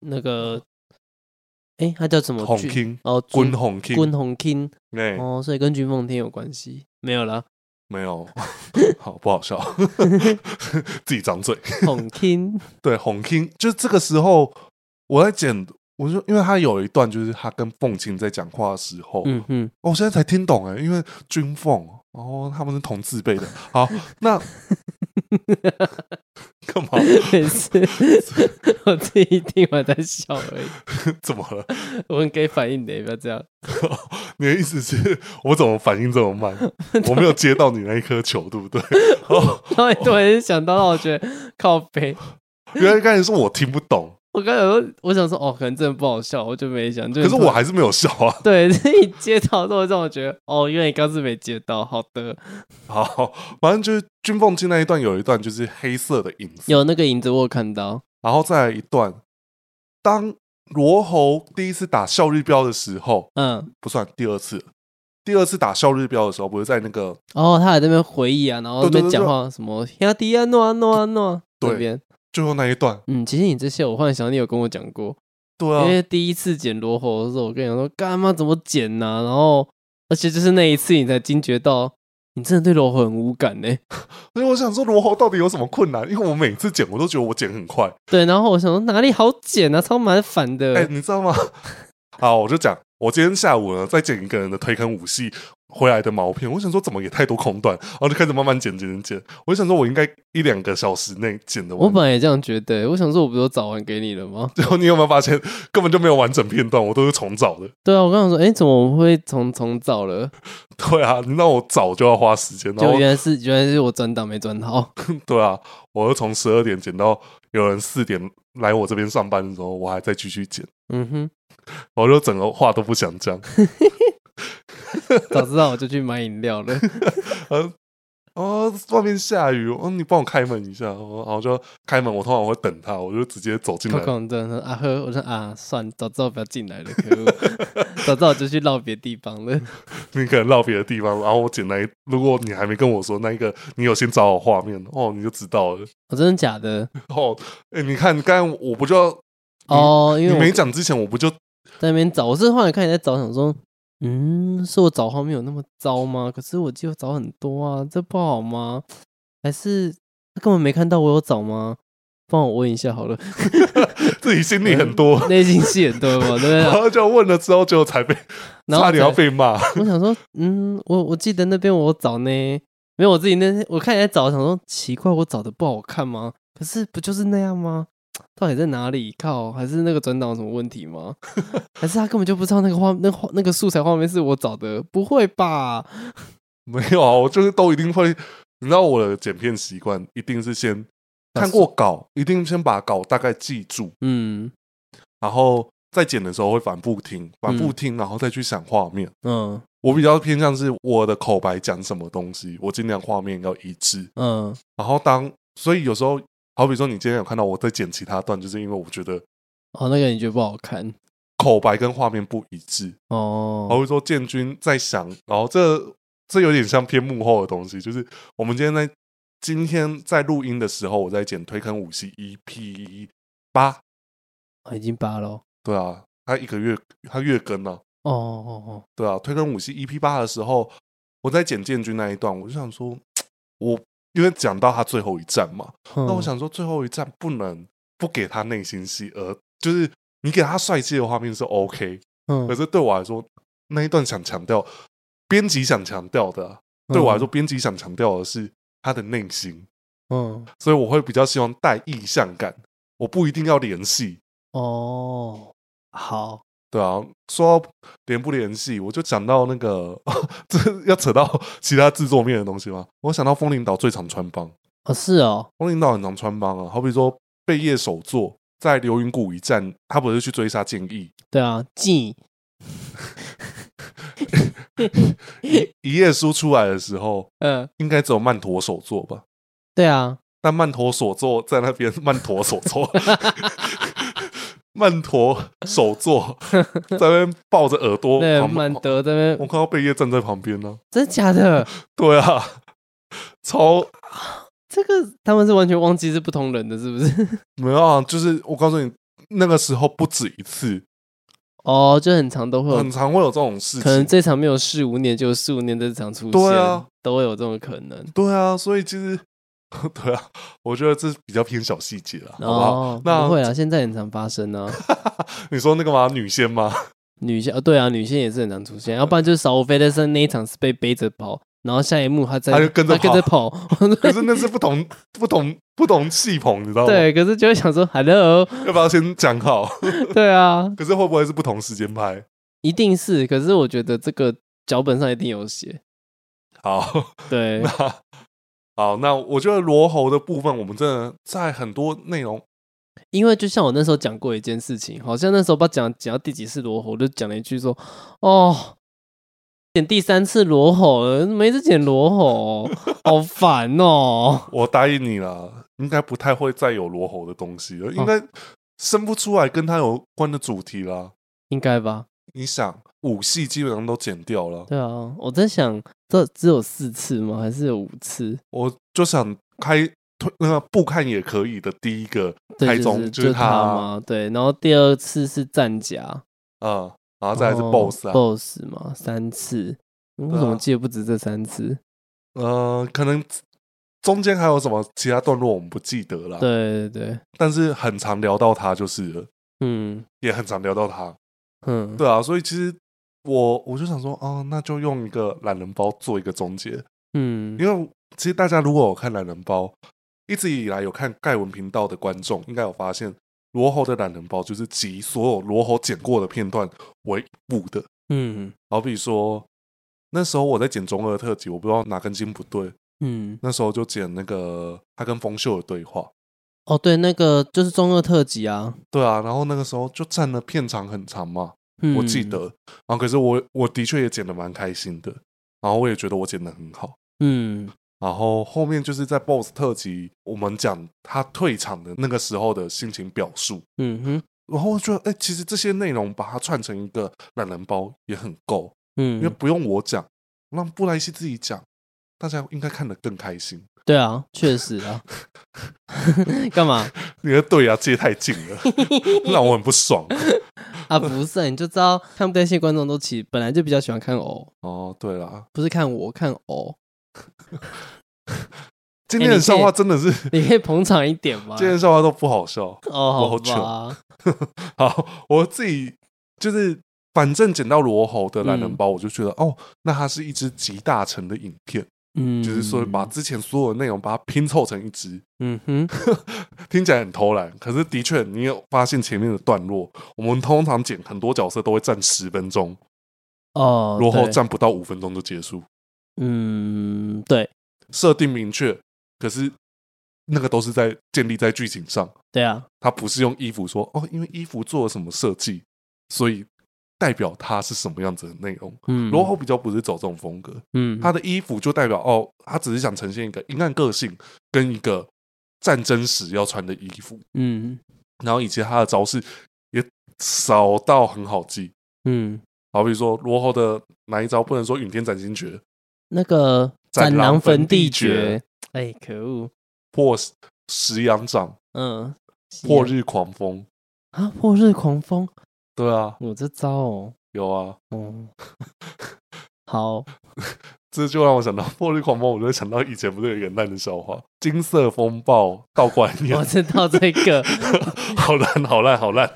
[SPEAKER 2] 那个，哎、它叫什么？
[SPEAKER 1] 红
[SPEAKER 2] 军
[SPEAKER 1] king
[SPEAKER 2] 哦，
[SPEAKER 1] 滚
[SPEAKER 2] 军
[SPEAKER 1] 红 king，
[SPEAKER 2] 滚红 king
[SPEAKER 1] 哎、
[SPEAKER 2] 哦，所以跟军奉天有关系。没有啦，
[SPEAKER 1] 没有， (laughs) 好不好
[SPEAKER 2] (laughs)
[SPEAKER 1] 笑？自己张嘴。
[SPEAKER 2] 红
[SPEAKER 1] (laughs)
[SPEAKER 2] king
[SPEAKER 1] 对，红 king 就是这个时候我在剪，我就因为他有一段就是他跟凤琴在讲话的时候，
[SPEAKER 2] 嗯嗯， (laughs)
[SPEAKER 1] 哦我现在才听懂哎，因为军凤，然、后他们是同字辈的。好，那干嘛？
[SPEAKER 2] 也是，我自己听完在笑而已。
[SPEAKER 1] 怎么了？
[SPEAKER 2] 我很给反应的，不要这样。
[SPEAKER 1] 你的意思是我怎么反应这么慢？我没有接到你那一颗球，对不对？哦，
[SPEAKER 2] 然后你突然想到，让我觉得靠背。
[SPEAKER 1] 原来刚才是我听不懂，
[SPEAKER 2] 我刚才说，我想说，哦，可能真的不好笑，我就没想。就
[SPEAKER 1] 可是
[SPEAKER 2] 突然
[SPEAKER 1] 我还是没有笑啊。
[SPEAKER 2] 对， (laughs) 这一接到之后让我觉得，哦，原来你刚是没接到。好的，
[SPEAKER 1] 好，反正就是军凤进那一段有一段就是黑色的影子，
[SPEAKER 2] 有那个影子我有看到，
[SPEAKER 1] 然后再来一段，当罗侯第一次打效率标的时候，
[SPEAKER 2] 嗯，
[SPEAKER 1] 不算第二次了，第二次打效率标的时候，不是在那个
[SPEAKER 2] 哦，他还在那边回忆啊，然
[SPEAKER 1] 对
[SPEAKER 2] 后那
[SPEAKER 1] 对对
[SPEAKER 2] 边讲
[SPEAKER 1] 对
[SPEAKER 2] 话什么亚迪啊诺啊诺啊诺啊
[SPEAKER 1] 对
[SPEAKER 2] 那边，
[SPEAKER 1] 最后那一段，
[SPEAKER 2] 嗯，其实你这些我忽然想，你有跟我讲过，
[SPEAKER 1] 对
[SPEAKER 2] 因
[SPEAKER 1] 啊，
[SPEAKER 2] 为第一次剪罗喉的时候，我跟你讲说，干嘛怎么剪呐、然后，而且就是那一次，你才惊觉到，你真的对罗喉很无感呢、
[SPEAKER 1] (laughs) 所以我想说罗喉到底有什么困难？因为我每次剪我都觉得我剪很快，
[SPEAKER 2] 对，然后我想说哪里好剪啊，超麻烦
[SPEAKER 1] 哎 (laughs)
[SPEAKER 2] 的。
[SPEAKER 1] 哎、你知道吗？好，我就讲，我今天下午呢在剪一个人的推坑舞戏，回来的毛片，我想说怎么也太多空段，然后就开始慢慢剪剪剪剪。我就想说，我应该一两个小时内剪的
[SPEAKER 2] 我
[SPEAKER 1] 完。
[SPEAKER 2] 本来也这样觉得、我想说我不是都找完给你了吗？
[SPEAKER 1] 最 (laughs) 后你有没有发现，根本就没有完整片段，我都是重找的。
[SPEAKER 2] 对啊，我刚想说，哎、怎么我会重重找了？
[SPEAKER 1] (laughs) 对啊，你让我找就要花时间，然
[SPEAKER 2] 就
[SPEAKER 1] 后
[SPEAKER 2] 原来是原来是我转档没转好，
[SPEAKER 1] 对啊，我又从十二点剪到有人四点来我这边上班的时候，我还在继续剪，
[SPEAKER 2] 嗯哼，
[SPEAKER 1] 我就整个话都不想讲。
[SPEAKER 2] 早知道我就去买饮料了。
[SPEAKER 1] 呃，哦，外面下雨，哦，你帮我开门一下，我然后就开门，我通常会等他，我就直接走进
[SPEAKER 2] 扣
[SPEAKER 1] 来。
[SPEAKER 2] 扣真的啊呵，我说啊，算，早知道不要进来了，可恶， (laughs) 早知道我就去绕别地方了。 (laughs)
[SPEAKER 1] 你可能到别的地方，然后我剪那一，如果你还没跟我说那一个，你有先找我画面哦，你就知道了。
[SPEAKER 2] 我、真的假的？
[SPEAKER 1] 哦，哎，你看，刚才我不就
[SPEAKER 2] 哦，因
[SPEAKER 1] 你
[SPEAKER 2] 为我
[SPEAKER 1] 没讲之前，我不就 (laughs)
[SPEAKER 2] 在那边找，我是后来看你在找，想说，嗯，是我找画面有那么糟吗？可是我记得找很多啊，这不好吗？还是他根本没看到我有找吗？帮我问一下好
[SPEAKER 1] (laughs)
[SPEAKER 2] 了，
[SPEAKER 1] 自己心里很多，
[SPEAKER 2] 内心戏很多嘛，对不
[SPEAKER 1] (laughs)
[SPEAKER 2] 对啊
[SPEAKER 1] 然？后就问了之后，就才被
[SPEAKER 2] 然后
[SPEAKER 1] 差点要
[SPEAKER 2] 才
[SPEAKER 1] 被骂。
[SPEAKER 2] 我想说，嗯，我我记得那边我有找呢，没有我自己那天我看起来找，想说奇怪，我找的不好看吗？可是不就是那样吗？到底在哪里？靠，还是那个转档有什么问题吗？ (laughs) 还是他根本就不知道那个画那画那个素材画面是我找的？不会吧？
[SPEAKER 1] (laughs) 没有啊，我就是都一定会，你知道我的剪片习惯一定是先看过稿，一定先把稿大概记住，
[SPEAKER 2] 嗯
[SPEAKER 1] 然后在剪的时候会反复听，反复听，然后再去想画面。
[SPEAKER 2] 嗯
[SPEAKER 1] 我比较偏向是我的口白讲什么东西，我尽量画面要一致。
[SPEAKER 2] 嗯
[SPEAKER 1] 然后当所以有时候，好比说你今天有看到我在剪其他段，就是因为我觉得
[SPEAKER 2] 哦，那个你觉得不好看
[SPEAKER 1] 口白跟画面不一致。好
[SPEAKER 2] 哦？
[SPEAKER 1] 比说建军在想，然后这这有点像偏幕后的东西，就是我们今天在今天在录音的时候，我在剪推坑五系 EP 八，
[SPEAKER 2] 已经拔了哦
[SPEAKER 1] 对啊，他一个月他月更了、
[SPEAKER 2] 哦哦哦，
[SPEAKER 1] 对啊，推坑五系 EP 八的时候，我在剪建军那一段，我就想说，我因为讲到他最后一站嘛，
[SPEAKER 2] 嗯
[SPEAKER 1] 那我想说最后一站不能不给他内心戏，而就是你给他帅气的画面是 OK，
[SPEAKER 2] 嗯
[SPEAKER 1] 可是对我来说，那一段想强调，编辑想强调的啊、对我来
[SPEAKER 2] 嗯
[SPEAKER 1] 说，编辑想强调的是他的内心，
[SPEAKER 2] 嗯嗯
[SPEAKER 1] 所以我会比较希望带意象感，我不一定要联系，
[SPEAKER 2] 哦好
[SPEAKER 1] 对啊。说到联不联系，我就讲到那个，这要扯到其他制作面的东西吗？我想到风铃岛最常穿帮，
[SPEAKER 2] 哦是哦
[SPEAKER 1] 风铃岛很常穿帮啊，好比说贝叶手作。在流云谷一战，他不是去追杀建议，
[SPEAKER 2] 对啊，记
[SPEAKER 1] 一页书出来的时候，
[SPEAKER 2] 嗯。
[SPEAKER 1] 应该只有曼陀手作吧？
[SPEAKER 2] 对啊，
[SPEAKER 1] 但曼陀所作在那边，曼陀所作， (laughs) 曼陀手作在那边抱着耳朵，
[SPEAKER 2] 那
[SPEAKER 1] 旁
[SPEAKER 2] 曼德这边
[SPEAKER 1] 哦我看到贝叶站在旁边呢、
[SPEAKER 2] 真假的， (laughs)
[SPEAKER 1] 对啊，超
[SPEAKER 2] 这个他们是完全忘记是不同人的，是不是？ (laughs)
[SPEAKER 1] 没有啊，就是我告诉你，那个时候不止一次，
[SPEAKER 2] 哦，就很常都会有
[SPEAKER 1] 很，常会有这种事
[SPEAKER 2] 可能
[SPEAKER 1] 情。
[SPEAKER 2] 这场没有四五年，就四五年这场出现，
[SPEAKER 1] 对啊，
[SPEAKER 2] 都会有这种可能。
[SPEAKER 1] 对啊，所以其实 (laughs) 对啊，我觉得这比较偏小细节了，好不好？
[SPEAKER 2] 哦，
[SPEAKER 1] 那
[SPEAKER 2] 不会啊，现在很常发生啊。
[SPEAKER 1] 你说那个嘛，女仙
[SPEAKER 2] (laughs)
[SPEAKER 1] 吗？
[SPEAKER 2] 女性，哦对啊，女性也是很常出现，要不然就是邵飞的是那一场是被背着跑，然后下一幕他在
[SPEAKER 1] 他就跟着
[SPEAKER 2] 跟着跑，
[SPEAKER 1] 可是那是不同不同不同系统，你知道吗？
[SPEAKER 2] 对，可是就会想说 hello， (laughs)
[SPEAKER 1] 要不要先讲好？
[SPEAKER 2] 对啊，
[SPEAKER 1] 可是会不会是不同时间拍？
[SPEAKER 2] 一定是，可是我觉得这个脚本上一定有写，
[SPEAKER 1] 好， (laughs)
[SPEAKER 2] 对
[SPEAKER 1] 那，好，那我觉得罗喉的部分，我们真的在很多内容，
[SPEAKER 2] 因为就像我那时候讲过一件事情，好像那时候不知道讲讲到第几次罗喉，我就讲了一句说：“哦，剪第三次罗喉了，每次剪罗喉，好烦哦。
[SPEAKER 1] 我答应你了，应该不太会再有罗喉的东西
[SPEAKER 2] 哦
[SPEAKER 1] 了，应该生不出来跟他有关的主题啦。”
[SPEAKER 2] 应该吧？
[SPEAKER 1] 你想，武戏基本上都剪掉了，
[SPEAKER 2] 对啊，我在想，这只有四次吗？还是有五次？
[SPEAKER 1] 我就想开推那个不看也可以的第一个
[SPEAKER 2] 对，
[SPEAKER 1] 台
[SPEAKER 2] 就
[SPEAKER 1] 中
[SPEAKER 2] 是
[SPEAKER 1] 就是是
[SPEAKER 2] 他
[SPEAKER 1] 他
[SPEAKER 2] 嘛，对。然后第二次是战甲，
[SPEAKER 1] 啊、然后再来是
[SPEAKER 2] 然后
[SPEAKER 1] BOSS 啊，
[SPEAKER 2] 哦 BOSS 嘛，三次。嗯我
[SPEAKER 1] 对啊
[SPEAKER 2] 怎么记得不止这三次？
[SPEAKER 1] 呃，可能中间还有什么其他段落我们不记得了，
[SPEAKER 2] 对对对，
[SPEAKER 1] 但是很常聊到他就是了，
[SPEAKER 2] 嗯
[SPEAKER 1] 也很常聊到他，
[SPEAKER 2] 嗯，
[SPEAKER 1] 对啊，所以其实我我就想说，哦，那就用一个懒人包做一个总结，
[SPEAKER 2] 嗯，
[SPEAKER 1] 因为其实大家如果有看懒人包，一直以来有看盖文频道的观众，应该有发现罗喉的懒人包就是集所有罗喉剪过的片段为一部的。
[SPEAKER 2] 嗯
[SPEAKER 1] 好比说，那时候我在剪中二特辑，我不知道哪根筋不对，
[SPEAKER 2] 嗯，
[SPEAKER 1] 那时候就剪那个他跟冯秀的对话。
[SPEAKER 2] 哦，对，那个就是中二特辑啊，
[SPEAKER 1] 对啊，然后那个时候就占了片长很长嘛，
[SPEAKER 2] 嗯、
[SPEAKER 1] 我记得。，然后可是我我的确也剪的蛮开心的，然后我也觉得我剪的很好。
[SPEAKER 2] 嗯
[SPEAKER 1] 然后后面就是在 BOSS 特辑，我们讲他退场的那个时候的心情表述。
[SPEAKER 2] 嗯哼，
[SPEAKER 1] 然后我觉得，哎、其实这些内容把它串成一个懒人包也很够，因为
[SPEAKER 2] 嗯，
[SPEAKER 1] 不用我讲，让布莱希自己讲，大家应该看得更开心。 (laughs)
[SPEAKER 2] 对啊，确实啊， (laughs) 干嘛
[SPEAKER 1] 你的对啊，接太近
[SPEAKER 2] (laughs)
[SPEAKER 1] 了，让我很不爽。
[SPEAKER 2] 啊？不是，你就知道看不这些观众都其实本来就比较喜欢看偶，
[SPEAKER 1] 哦，对了，
[SPEAKER 2] 不是看我看偶， (laughs)
[SPEAKER 1] 今
[SPEAKER 2] 哎
[SPEAKER 1] 天的笑话真的是，
[SPEAKER 2] 你可以捧场一点吗？
[SPEAKER 1] 今天的笑话都不好笑。
[SPEAKER 2] 哦，
[SPEAKER 1] 我
[SPEAKER 2] 好
[SPEAKER 1] 好糗
[SPEAKER 2] 吧，
[SPEAKER 1] 好，我自己就是。反正捡到罗喉的懒人
[SPEAKER 2] 嗯
[SPEAKER 1] 包，我就觉得、哦，那它是一支集大成的影片，
[SPEAKER 2] 嗯，
[SPEAKER 1] 就是说把之前所有的内容把它拼凑成一支，
[SPEAKER 2] 嗯哼，
[SPEAKER 1] 听起来很偷懒，可是的确你有发现前面的段落，我们通常剪很多角色都会占十分钟，
[SPEAKER 2] 哦，
[SPEAKER 1] 落后
[SPEAKER 2] 对
[SPEAKER 1] 占不到五分钟就结束，
[SPEAKER 2] 嗯，对
[SPEAKER 1] 设定明确，可是那个都是在建立在剧情上，
[SPEAKER 2] 对啊，
[SPEAKER 1] 它不是用衣服说哦，因为衣服做了什么设计，所以代表它是什么样子的内容。
[SPEAKER 2] 嗯，
[SPEAKER 1] 罗喉比较不是走这种风格，
[SPEAKER 2] 嗯，
[SPEAKER 1] 他的衣服就代表哦，他只是想呈现一个阴暗个性跟一个战争时要穿的衣服，
[SPEAKER 2] 嗯
[SPEAKER 1] 然后以及他的招式也少到很好记。
[SPEAKER 2] 嗯，
[SPEAKER 1] 好比说罗喉的哪一招不能说“陨天斩心诀
[SPEAKER 2] 那个
[SPEAKER 1] 斩
[SPEAKER 2] 斩
[SPEAKER 1] 狼
[SPEAKER 2] 狼
[SPEAKER 1] 焚
[SPEAKER 2] 坟
[SPEAKER 1] 地
[SPEAKER 2] 地
[SPEAKER 1] 绝
[SPEAKER 2] 诀，哎，可恶，”
[SPEAKER 1] 破十阳掌、
[SPEAKER 2] 嗯，
[SPEAKER 1] 破
[SPEAKER 2] 夕
[SPEAKER 1] 日狂风，
[SPEAKER 2] 阳啊，破日狂风，
[SPEAKER 1] 对啊，
[SPEAKER 2] 我这招哦，
[SPEAKER 1] 有啊，
[SPEAKER 2] 哦， (laughs) 好，
[SPEAKER 1] 这就让我想到破日狂风，我就会想到以前不是有一个很烂的笑话“金色风暴”倒过来念
[SPEAKER 2] 我，知道这
[SPEAKER 1] (laughs)
[SPEAKER 2] 个，
[SPEAKER 1] 好烂，好烂，好烂。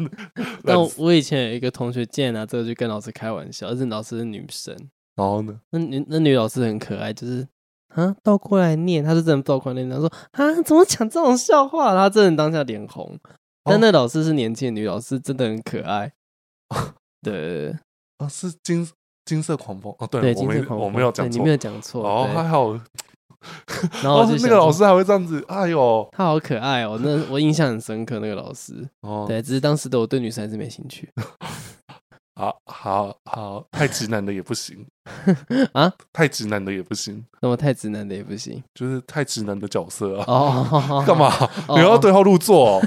[SPEAKER 2] 但
[SPEAKER 1] 烂
[SPEAKER 2] 我我以前有一个同学竟然拿这个去跟老师开玩笑，而且老师是女生，
[SPEAKER 1] 然后呢？
[SPEAKER 2] 那女那女老师很可爱，就是。啊，倒过来念，她是真的倒过来念。她说：“啊，怎么讲这种笑话？”她真的当下脸红。
[SPEAKER 1] 哦
[SPEAKER 2] 但那老师是年轻的女老师，真的很可爱。
[SPEAKER 1] 哦
[SPEAKER 2] 对对对
[SPEAKER 1] 啊，是金金色狂风哦，对，
[SPEAKER 2] 对，
[SPEAKER 1] 我
[SPEAKER 2] 金
[SPEAKER 1] 没
[SPEAKER 2] 色狂
[SPEAKER 1] 我
[SPEAKER 2] 风
[SPEAKER 1] 没有讲
[SPEAKER 2] 对
[SPEAKER 1] 错
[SPEAKER 2] 你没，有讲错。
[SPEAKER 1] 哦，
[SPEAKER 2] 对
[SPEAKER 1] 还好，
[SPEAKER 2] 然后我
[SPEAKER 1] 哦
[SPEAKER 2] 就
[SPEAKER 1] 那
[SPEAKER 2] 想
[SPEAKER 1] 个
[SPEAKER 2] 说
[SPEAKER 1] 老师还会这样子，哎呦，
[SPEAKER 2] 他好可爱哦，那我印象很深刻。那个老师，
[SPEAKER 1] 哦，
[SPEAKER 2] 对，只是当时的我对女生还是没兴趣
[SPEAKER 1] 好啊好好，太直男的也不行，
[SPEAKER 2] (laughs) 啊，
[SPEAKER 1] 太直男的也不行，
[SPEAKER 2] 那么太直男的也不行
[SPEAKER 1] 就是太直男的角色啊，。
[SPEAKER 2] (laughs) 哦
[SPEAKER 1] 干嘛？你要对号入座、哦？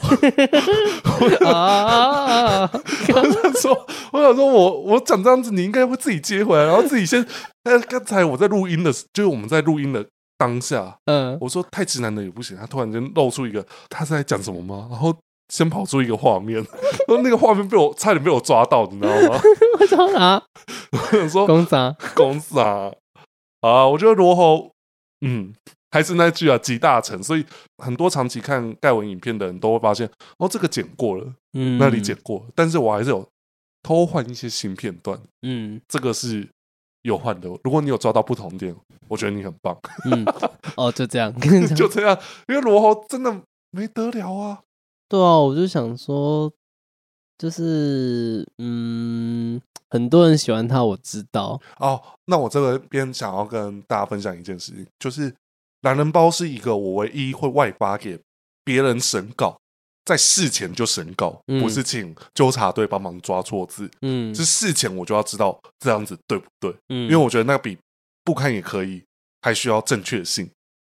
[SPEAKER 1] (laughs)
[SPEAKER 2] 啊？
[SPEAKER 1] 我想说，我想说我我讲这样子，你应该会自己接回来，然后自己先。那刚才我在录音的时，就是我们在录音的当下，
[SPEAKER 2] 嗯，
[SPEAKER 1] 我说太直男的也不行，他突然间露出一个他是在讲什么吗？然后先跑出一个画面， (laughs) 然后那个画面被我差点被我抓到，你知道吗？ (laughs)
[SPEAKER 2] 我想
[SPEAKER 1] 啊
[SPEAKER 2] 拿
[SPEAKER 1] 我想说
[SPEAKER 2] 公章，
[SPEAKER 1] 公司啊，啊，我觉得罗喉，嗯，还是那句啊，集大成。所以很多长期看盖文影片的人都会发现，哦，这个剪过了，
[SPEAKER 2] 嗯，
[SPEAKER 1] 那里剪，过了，但是我还是有偷换一些新片段，
[SPEAKER 2] 嗯
[SPEAKER 1] 这个是有换的。如果你有抓到不同点，我觉得你很棒。 (laughs)
[SPEAKER 2] 嗯，哦，就这样，
[SPEAKER 1] 就这样，因为罗喉真的没得了啊。
[SPEAKER 2] 对啊，我就想说，就是嗯，很多人喜欢他，我知道，
[SPEAKER 1] 哦，那我这边想要跟大家分享一件事情，就是懒人包是一个我唯一会外发给别人审稿，在事前就审稿，
[SPEAKER 2] 嗯
[SPEAKER 1] 不是请纠察队帮忙抓错字，
[SPEAKER 2] 嗯，
[SPEAKER 1] 是事前我就要知道这样子对不对，
[SPEAKER 2] 因
[SPEAKER 1] 因为我觉得那比不看也可以，还需要正确性，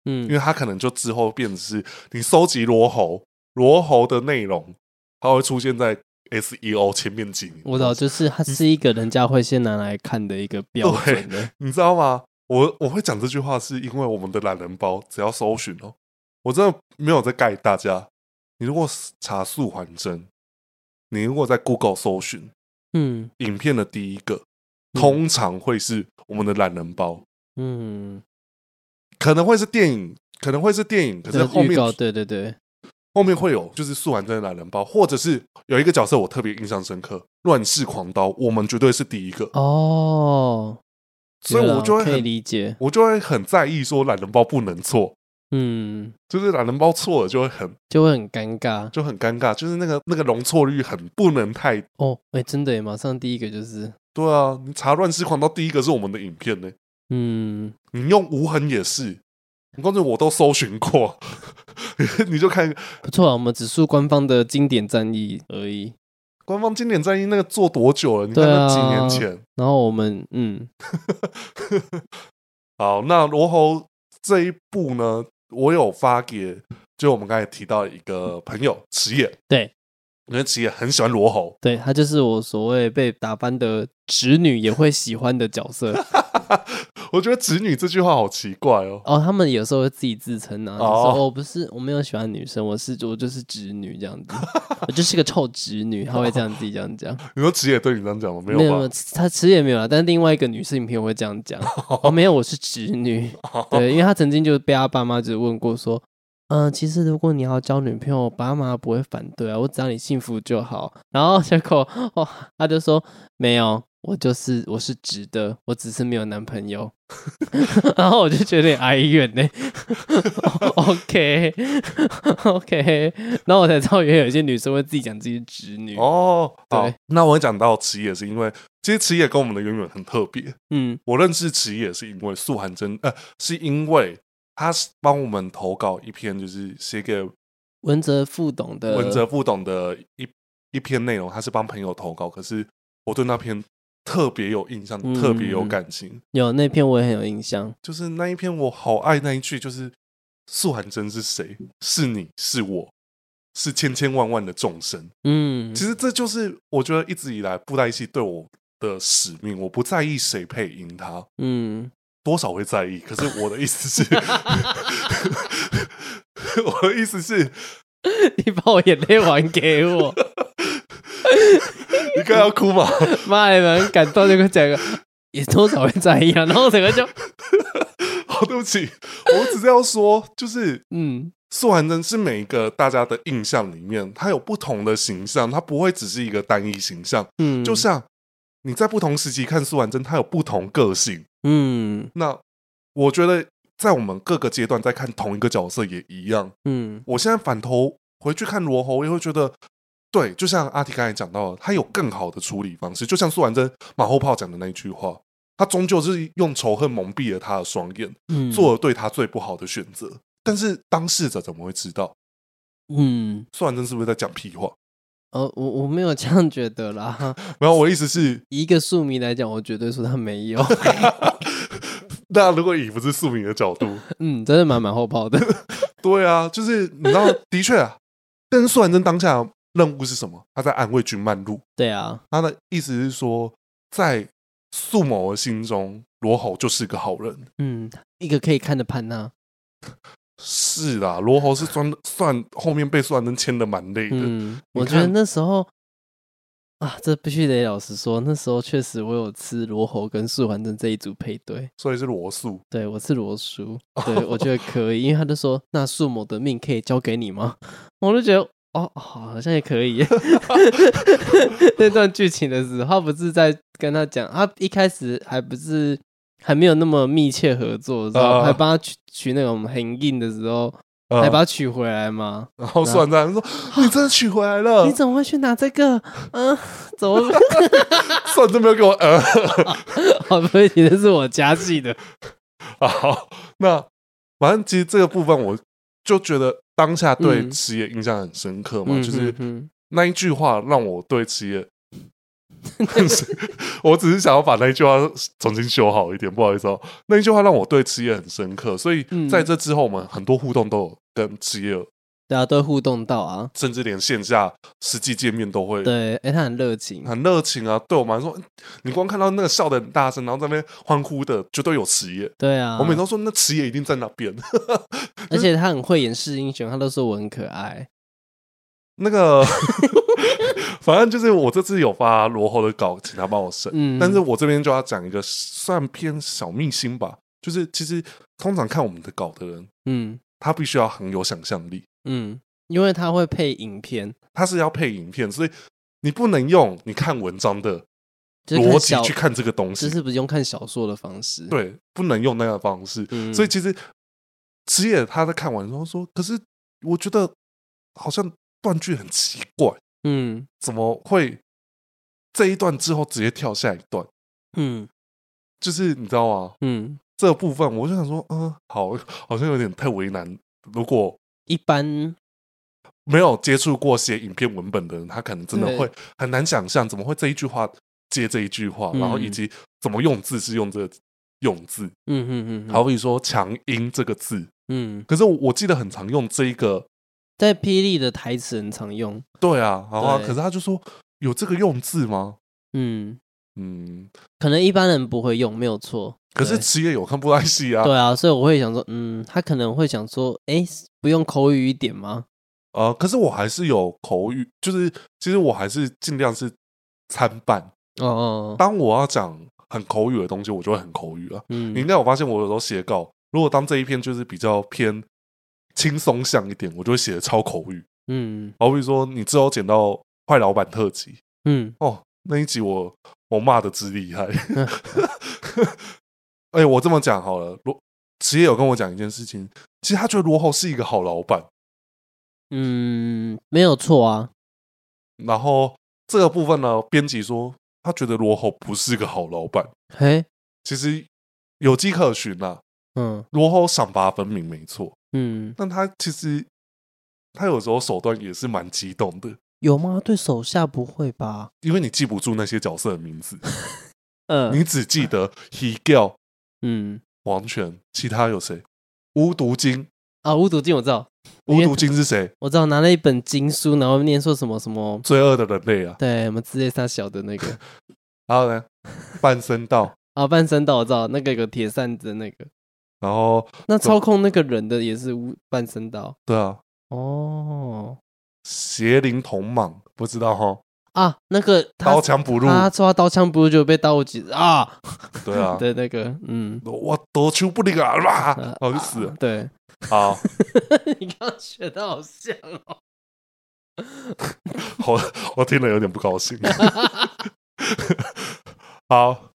[SPEAKER 1] 因
[SPEAKER 2] 嗯
[SPEAKER 1] 为它可能就之后变成是你收集罗喉罗喉的内容，它会出现在 SEO 前面几名，
[SPEAKER 2] 我知道，就是它是一个人家会先拿来看的一个标
[SPEAKER 1] (laughs)
[SPEAKER 2] 准的。
[SPEAKER 1] 你知道吗？我我会讲这句话，是因为我们的懒人包只要搜寻哦，我真的没有在盖大家。你如果查素还真，你如果在 Google 搜寻
[SPEAKER 2] 嗯
[SPEAKER 1] 影片的第一个，通常会是我们的懒人包，
[SPEAKER 2] 嗯，
[SPEAKER 1] 可能会是电影，可能会是电影，可是
[SPEAKER 2] 这
[SPEAKER 1] 后
[SPEAKER 2] 预
[SPEAKER 1] 面
[SPEAKER 2] 告，对对对，
[SPEAKER 1] 后面会有就是素完真的懒人包，或者是有一个角色我特别印象深刻，乱世狂刀，我们绝对是第一个，
[SPEAKER 2] 哦，
[SPEAKER 1] 所以
[SPEAKER 2] 有啦
[SPEAKER 1] 我就会
[SPEAKER 2] 可以
[SPEAKER 1] 很
[SPEAKER 2] 理解，
[SPEAKER 1] 我就会很在意说懒人包不能错，
[SPEAKER 2] 嗯，
[SPEAKER 1] 就是懒人包错了就会很
[SPEAKER 2] 就会很尴尬
[SPEAKER 1] 就很尴尬，就是那个那个容错率很不能太
[SPEAKER 2] 哦。哎、真的耶，马上第一个就是，
[SPEAKER 1] 对啊，你查乱世狂刀第一个是我们的影片呢、
[SPEAKER 2] 嗯，
[SPEAKER 1] 你用无痕也是，你光是我都搜寻过， (laughs) 你就看
[SPEAKER 2] 不错啊，我们只述官方的经典战役而已。
[SPEAKER 1] 官方经典战役那个做多久了？你看
[SPEAKER 2] 对啊
[SPEAKER 1] 那几年前。 (laughs)
[SPEAKER 2] 然后我们，嗯，
[SPEAKER 1] 好，那罗喉这一部呢，我有发给，就我们刚才提到一个朋友池野，
[SPEAKER 2] 对，
[SPEAKER 1] 因为池野很喜欢罗喉，
[SPEAKER 2] 对，她就是我所谓被打翻的侄女也会喜欢的角色。
[SPEAKER 1] (laughs) 我觉得“侄女”这句话好奇怪哦。
[SPEAKER 2] 哦，他们有时候会自己自称啊，就说
[SPEAKER 1] 哦
[SPEAKER 2] 哦，不是，我没有喜欢女生，我是我就是直女这样子，我就是个臭直女，她会这样自己这样讲，
[SPEAKER 1] 你说池野对你这样讲吗？没
[SPEAKER 2] 没
[SPEAKER 1] 有
[SPEAKER 2] 有，没有
[SPEAKER 1] 吧？
[SPEAKER 2] 她其实也没有啦，啊但另外一个女性朋友会这样
[SPEAKER 1] (laughs)
[SPEAKER 2] 讲，哦，没有，我是直女，对，因为她曾经就被她爸妈就是问过说，嗯、其实如果你要交女朋友，我爸妈不会反对啊，我只要你幸福就好，然后结果哦，她就说没有。我就是我是直的，我只是没有男朋
[SPEAKER 1] (laughs)
[SPEAKER 2] 友，然后我就觉得有点哀怨呢、OK (laughs) OK，然后我才知道，原来有些女生会自己讲自己是直女。
[SPEAKER 1] 哦，好
[SPEAKER 2] 对，
[SPEAKER 1] 那我会讲到池野是因为，其实池野跟我们的渊源很特别。
[SPEAKER 2] 嗯，
[SPEAKER 1] 我认识池野是因为素涵真，呃，是因为他是帮我们投稿一篇，就是写给
[SPEAKER 2] 文哲副懂的
[SPEAKER 1] 文哲不懂的一一篇内容，他是帮朋友投稿，可是我对那篇特别有印象，
[SPEAKER 2] 嗯
[SPEAKER 1] 特别有感情。
[SPEAKER 2] 有那篇我也很有印象。
[SPEAKER 1] 就是那一篇，我好爱那一句，就是素涵真是谁？是你，是我，是千千万万的众生。
[SPEAKER 2] 嗯，
[SPEAKER 1] 其实这就是我觉得一直以来布袋戏对我的使命。我不在意谁配音他，
[SPEAKER 2] 嗯，
[SPEAKER 1] 多少会在意。可是我的意思是，我的意思是，
[SPEAKER 2] (laughs) 你把我眼泪还给我，
[SPEAKER 1] 你刚才要哭吗？
[SPEAKER 2] 妈你们很感动就跟我讲个，也多少会在意啊。然后整个就
[SPEAKER 1] 好，对不起，我只是要说，就是
[SPEAKER 2] 嗯，
[SPEAKER 1] 素还真是每一个大家的印象里面，它有不同的形象，它不会只是一个单一形象。
[SPEAKER 2] 嗯，
[SPEAKER 1] 就像你在不同时期看素还真，它有不同个性。
[SPEAKER 2] 嗯
[SPEAKER 1] 那我觉得在我们各个阶段在看同一个角色也一样。
[SPEAKER 2] 嗯
[SPEAKER 1] 我现在反头回去看罗喉，我也会觉得。对，就像阿提刚才讲到的，他有更好的处理方式，就像素还真马后炮讲的那一句话，他终究是用仇恨蒙蔽了他的双眼，
[SPEAKER 2] 嗯，
[SPEAKER 1] 做了对他最不好的选择。但是当事者怎么会知道？
[SPEAKER 2] 嗯
[SPEAKER 1] 苏完真是不是在讲屁话？
[SPEAKER 2] 呃，我我没有这样觉得啦。
[SPEAKER 1] 然后我的意思是， (laughs)
[SPEAKER 2] 以一个庶民来讲，我绝对说他没有。
[SPEAKER 1] 那如果以不是庶民的角度，
[SPEAKER 2] 嗯，真的蛮蛮后炮的。 (laughs)
[SPEAKER 1] 对啊，就是你知道，的确啊，但是苏完真当下的任务是什么？他在安慰君曼露，
[SPEAKER 2] 对啊，
[SPEAKER 1] 他的意思是说，在素某的心中，罗侯就是个好人。
[SPEAKER 2] 嗯，一个可以看的潘娜，
[SPEAKER 1] 是啦，罗侯是算算后面被苏完真牵的蛮累的。
[SPEAKER 2] 嗯，
[SPEAKER 1] 你
[SPEAKER 2] 我觉得
[SPEAKER 1] 看
[SPEAKER 2] 那时候啊，这必须得老实说，那时候确实我有吃罗喉跟素环真这一组配对，
[SPEAKER 1] 所以是罗素，
[SPEAKER 2] 对我吃
[SPEAKER 1] (laughs)
[SPEAKER 2] 罗叔，对我觉得可以，因为他就说那素某的命可以交给你吗？ (laughs) 我就觉得。哦，好像也可
[SPEAKER 1] (laughs)
[SPEAKER 2] 以耶。 (laughs) 那段剧情的时候，他不是在跟他讲，他一开始还不是还没有那么密切合作的时候，
[SPEAKER 1] 啊
[SPEAKER 2] 还帮他取取那种很硬的时候，
[SPEAKER 1] 呃
[SPEAKER 2] 还把他取回来嘛。
[SPEAKER 1] 然后苏完真说：“你真的娶回来了
[SPEAKER 2] 你？”怎么会去拿这个？嗯、怎么？
[SPEAKER 1] 苏完真没有给我呃。
[SPEAKER 2] (laughs)
[SPEAKER 1] (laughs)
[SPEAKER 2] 好，不是，那是我加戏的。
[SPEAKER 1] 好，那反正其实这个部分，我就觉得当下对
[SPEAKER 2] 嗯
[SPEAKER 1] 池野印象很深刻嘛，
[SPEAKER 2] 嗯，
[SPEAKER 1] 就是
[SPEAKER 2] 嗯
[SPEAKER 1] 那一句话让我对池
[SPEAKER 2] (laughs)
[SPEAKER 1] 野很深， (laughs) 我只是想要把那一句话重新修好一点，不好意思哦，那一句话让我对池野很深刻，所以
[SPEAKER 2] 嗯
[SPEAKER 1] 在这之后，我们很多互动都有跟池野，
[SPEAKER 2] 大家都会互动到啊。
[SPEAKER 1] 甚至连线下实际见面都会。
[SPEAKER 2] 对，哎、他很热情。
[SPEAKER 1] 很热情啊！对我们来说，你光看到那个笑得很大声，然后在那边欢呼的，绝对有池野。
[SPEAKER 2] 对啊，
[SPEAKER 1] 我每次都说，那池野一定在那边。
[SPEAKER 2] 而且他很会演示英雄，他都说我很可爱。
[SPEAKER 1] 那个， (laughs) 反正就是我这次有发罗喉的稿，请他帮我审。
[SPEAKER 2] 嗯，
[SPEAKER 1] 但是我这边就要讲一个算偏小秘辛吧，就是其实通常看我们的稿的人，
[SPEAKER 2] 嗯
[SPEAKER 1] 他必须要很有想象力，
[SPEAKER 2] 嗯因为它会配影片，
[SPEAKER 1] 它是要配影片，所以你不能用你看文章的
[SPEAKER 2] 就是
[SPEAKER 1] 逻
[SPEAKER 2] 看
[SPEAKER 1] 辑
[SPEAKER 2] 小，
[SPEAKER 1] 去看这个东西
[SPEAKER 2] 就，是不是用看小说的方式。，
[SPEAKER 1] 对，不能用那个方式。
[SPEAKER 2] 嗯
[SPEAKER 1] 所以其实池野他在看完之后说，可是我觉得好像断句很奇怪，
[SPEAKER 2] 嗯
[SPEAKER 1] 怎么会这一段之后直接跳下一段？
[SPEAKER 2] 嗯
[SPEAKER 1] 就是你知道吗？
[SPEAKER 2] 嗯，
[SPEAKER 1] 这部分我就想说，嗯，好，好像有点太为难。如果
[SPEAKER 2] 一般嗯
[SPEAKER 1] 没有接触过写影片文本的人，他可能真的
[SPEAKER 2] 对
[SPEAKER 1] 会很难想象，怎么会这一句话接这一句话，
[SPEAKER 2] 嗯
[SPEAKER 1] 然后以及怎么用字是用这个用字，
[SPEAKER 2] 嗯嗯嗯，嗯
[SPEAKER 1] 好，比说“强音”这个字，
[SPEAKER 2] 嗯，
[SPEAKER 1] 可是我我记得很常用这一个，
[SPEAKER 2] 在霹雳的台词很常用，
[SPEAKER 1] 对啊，然后
[SPEAKER 2] 对
[SPEAKER 1] 可是他就说有这个用字吗？
[SPEAKER 2] 嗯，
[SPEAKER 1] 嗯，
[SPEAKER 2] 可能一般人不会用，没有错。
[SPEAKER 1] 可是
[SPEAKER 2] 对
[SPEAKER 1] 其实也有看布袋戏啊，
[SPEAKER 2] 对啊，所以我会想说，嗯，他可能会想说，哎，不用口语一点吗？
[SPEAKER 1] 呃，可是我还是有口语，就是其实我还是尽量是参半。
[SPEAKER 2] 哦哦，哦
[SPEAKER 1] 当我要讲很口语的东西，我就会很口语啊。你应
[SPEAKER 2] 嗯，
[SPEAKER 1] 该有发现，我有时候写稿，如果当这一篇就是比较偏轻松向一点，我就会写的超口语。
[SPEAKER 2] 嗯
[SPEAKER 1] 好比说，你之后剪到《坏老板特辑》
[SPEAKER 2] 嗯，
[SPEAKER 1] 哦，那一集我我骂的之厉害。哎、我这么讲好了，罗职业有跟我讲一件事情，其实他觉得罗侯是一个好老板，
[SPEAKER 2] 嗯，没有错啊。
[SPEAKER 1] 然后这个部分呢，编辑说他觉得罗侯不是个好老板，
[SPEAKER 2] 嘿，
[SPEAKER 1] 其实有迹可循啊啦、
[SPEAKER 2] 嗯
[SPEAKER 1] 罗侯赏罚分明，没错，
[SPEAKER 2] 嗯，
[SPEAKER 1] 但他其实他有时候手段也是蛮激动的，
[SPEAKER 2] 有吗？对手下不会吧？
[SPEAKER 1] 因为你记不住那些角色的名字，
[SPEAKER 2] 嗯
[SPEAKER 1] 你只记得 He g a l
[SPEAKER 2] 嗯
[SPEAKER 1] 王权，其他有谁？无毒精，
[SPEAKER 2] 啊，无毒金我知道，
[SPEAKER 1] 无毒精是谁？
[SPEAKER 2] 我知道拿了一本经书，然后念说什么什么，
[SPEAKER 1] 罪恶的人类啊！
[SPEAKER 2] 对，我们之类杀小的那
[SPEAKER 1] (laughs)
[SPEAKER 2] 个
[SPEAKER 1] 然后呢，半身道，
[SPEAKER 2] 啊，半身道我知道那个有个铁扇子的那个，
[SPEAKER 1] 然后
[SPEAKER 2] 那操控那个人的也是无半身道
[SPEAKER 1] 对啊，
[SPEAKER 2] 哦
[SPEAKER 1] 邪灵同蟒，不知道哈，
[SPEAKER 2] 啊，那个他
[SPEAKER 1] 刀枪不入，
[SPEAKER 2] 他说他刀枪不入就被刀击啊
[SPEAKER 1] 对啊，
[SPEAKER 2] 的那个，嗯，
[SPEAKER 1] 我夺出不灵啊，啦，然后就死
[SPEAKER 2] 啊
[SPEAKER 1] 了。
[SPEAKER 2] 对， (laughs) 啊
[SPEAKER 1] 好，
[SPEAKER 2] 你刚刚学的好像哦，
[SPEAKER 1] 我我听了有点不高兴。 (laughs) 好，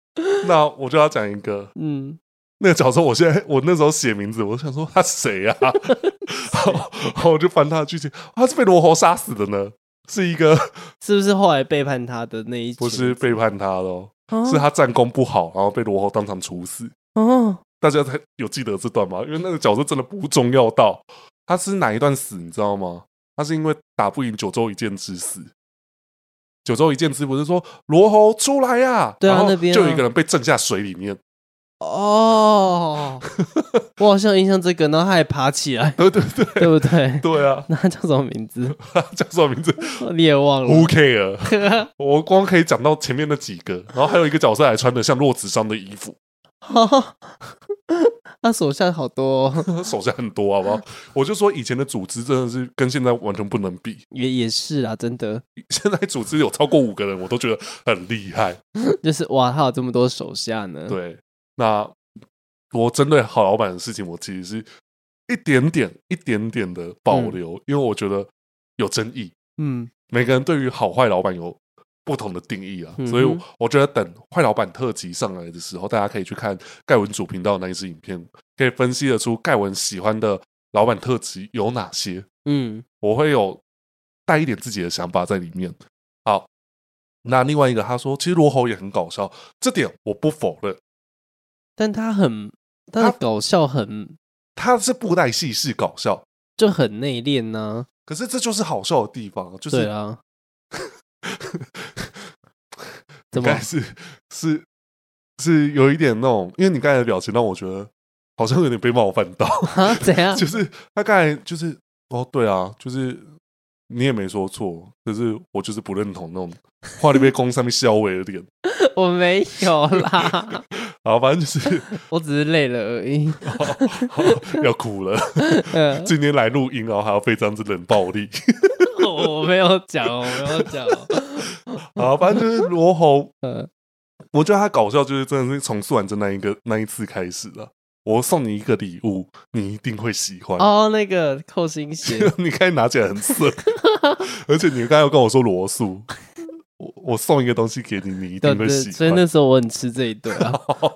[SPEAKER 1] 那我就要讲一个，
[SPEAKER 2] 嗯，
[SPEAKER 1] 那个角色，我现在我那时候写名字，我想说他谁 (laughs) 啊？然后我就翻他的剧情，他是被罗侯杀死的呢，是一个
[SPEAKER 2] 是不是后来背叛他的那一群？
[SPEAKER 1] 不是哦背叛他咯，
[SPEAKER 2] 啊，
[SPEAKER 1] 是他战功不好，然后被罗侯当场处死。
[SPEAKER 2] 哦，
[SPEAKER 1] 大家才有记得这段吗？因为那个角色真的不重要到他是哪一段死，你知道吗？他是因为打不赢九州一剑之死。九州一剑之不是说罗侯出来呀、
[SPEAKER 2] 对啊
[SPEAKER 1] 然后
[SPEAKER 2] 那边啊
[SPEAKER 1] 就有一个人被震下水里面，
[SPEAKER 2] (laughs) 哦，我好像有印象这个，然后他还爬起来，
[SPEAKER 1] 对 (laughs) 对对
[SPEAKER 2] 对不对？ (laughs)
[SPEAKER 1] 对啊，
[SPEAKER 2] 那他叫什么名 (laughs) 字？
[SPEAKER 1] 他叫什么名字
[SPEAKER 2] 你也忘了
[SPEAKER 1] ？Who。care？我光可以讲到前面那几个，然后还有一个角色还穿的像洛子商的衣服，
[SPEAKER 2] (laughs)
[SPEAKER 1] (laughs)
[SPEAKER 2] 他手下好多、哦，
[SPEAKER 1] 手下很多，好不好？我就说以前的组织真的是跟现在完全不能比，
[SPEAKER 2] 也也是啦，真的
[SPEAKER 1] 现在组织有超过五个人，我都觉得很厉害。
[SPEAKER 2] 就是哇，他有这么多手下呢。，
[SPEAKER 1] 对，那我针对好老板的事情，我其实是一点点、一点点的保留，因为我觉得有争议，
[SPEAKER 2] 嗯
[SPEAKER 1] 每个人对于好坏老板有不同的定义啊，
[SPEAKER 2] 嗯哼
[SPEAKER 1] 所以我我觉得等坏老板特辑上来的时候，大家可以去看盖文主频道那一支影片，可以分析得出盖文喜欢的老板特辑有哪些，
[SPEAKER 2] 嗯
[SPEAKER 1] 我会有带一点自己的想法在里面。好，那另外一个他说，其实罗侯也很搞笑，这点我不否认。
[SPEAKER 2] 但他很他的
[SPEAKER 1] 他
[SPEAKER 2] 搞笑很
[SPEAKER 1] 他是布袋戏是搞笑，
[SPEAKER 2] 就很内敛呐、
[SPEAKER 1] 可是这就是好笑的地方，就
[SPEAKER 2] 对
[SPEAKER 1] 是
[SPEAKER 2] (laughs) 啊，
[SPEAKER 1] 应
[SPEAKER 2] 怎么
[SPEAKER 1] 该？是 (laughs) 是是有一点那种，因为你刚才的表情让我觉得好像有点被冒
[SPEAKER 2] (laughs)
[SPEAKER 1] 犯到，
[SPEAKER 2] 啊？怎样？
[SPEAKER 1] 就是他刚才就是哦，对啊，就是你也没说错，可是我就是不认同那种画里被攻上面削尾的脸，
[SPEAKER 2] 我没有 (laughs) 啦，
[SPEAKER 1] 然后反正就是 (laughs)
[SPEAKER 2] 我只是累了而 (laughs) 已。
[SPEAKER 1] 要哭了，
[SPEAKER 2] 呃
[SPEAKER 1] 今天来录音，然后还要被这样子冷暴力。
[SPEAKER 2] 我我没有讲哦，我没有
[SPEAKER 1] (laughs)
[SPEAKER 2] 讲哦。
[SPEAKER 1] 啊，反正就是罗侯，
[SPEAKER 2] (laughs) 嗯
[SPEAKER 1] 我觉得他搞笑就是真的是从素婉珍那一个那一次开始了。我送你一个礼物，你一定会喜欢。
[SPEAKER 2] 哦，那个扣心鞋，
[SPEAKER 1] (laughs) 你刚才拿起来很
[SPEAKER 2] (laughs)
[SPEAKER 1] 色，而且你刚才又跟我说罗素，我我送一个东西给你，你一
[SPEAKER 2] 对
[SPEAKER 1] 定会
[SPEAKER 2] 对，
[SPEAKER 1] 喜欢。
[SPEAKER 2] 所以那时候我很吃这一顿啊。
[SPEAKER 1] (laughs)
[SPEAKER 2] 哦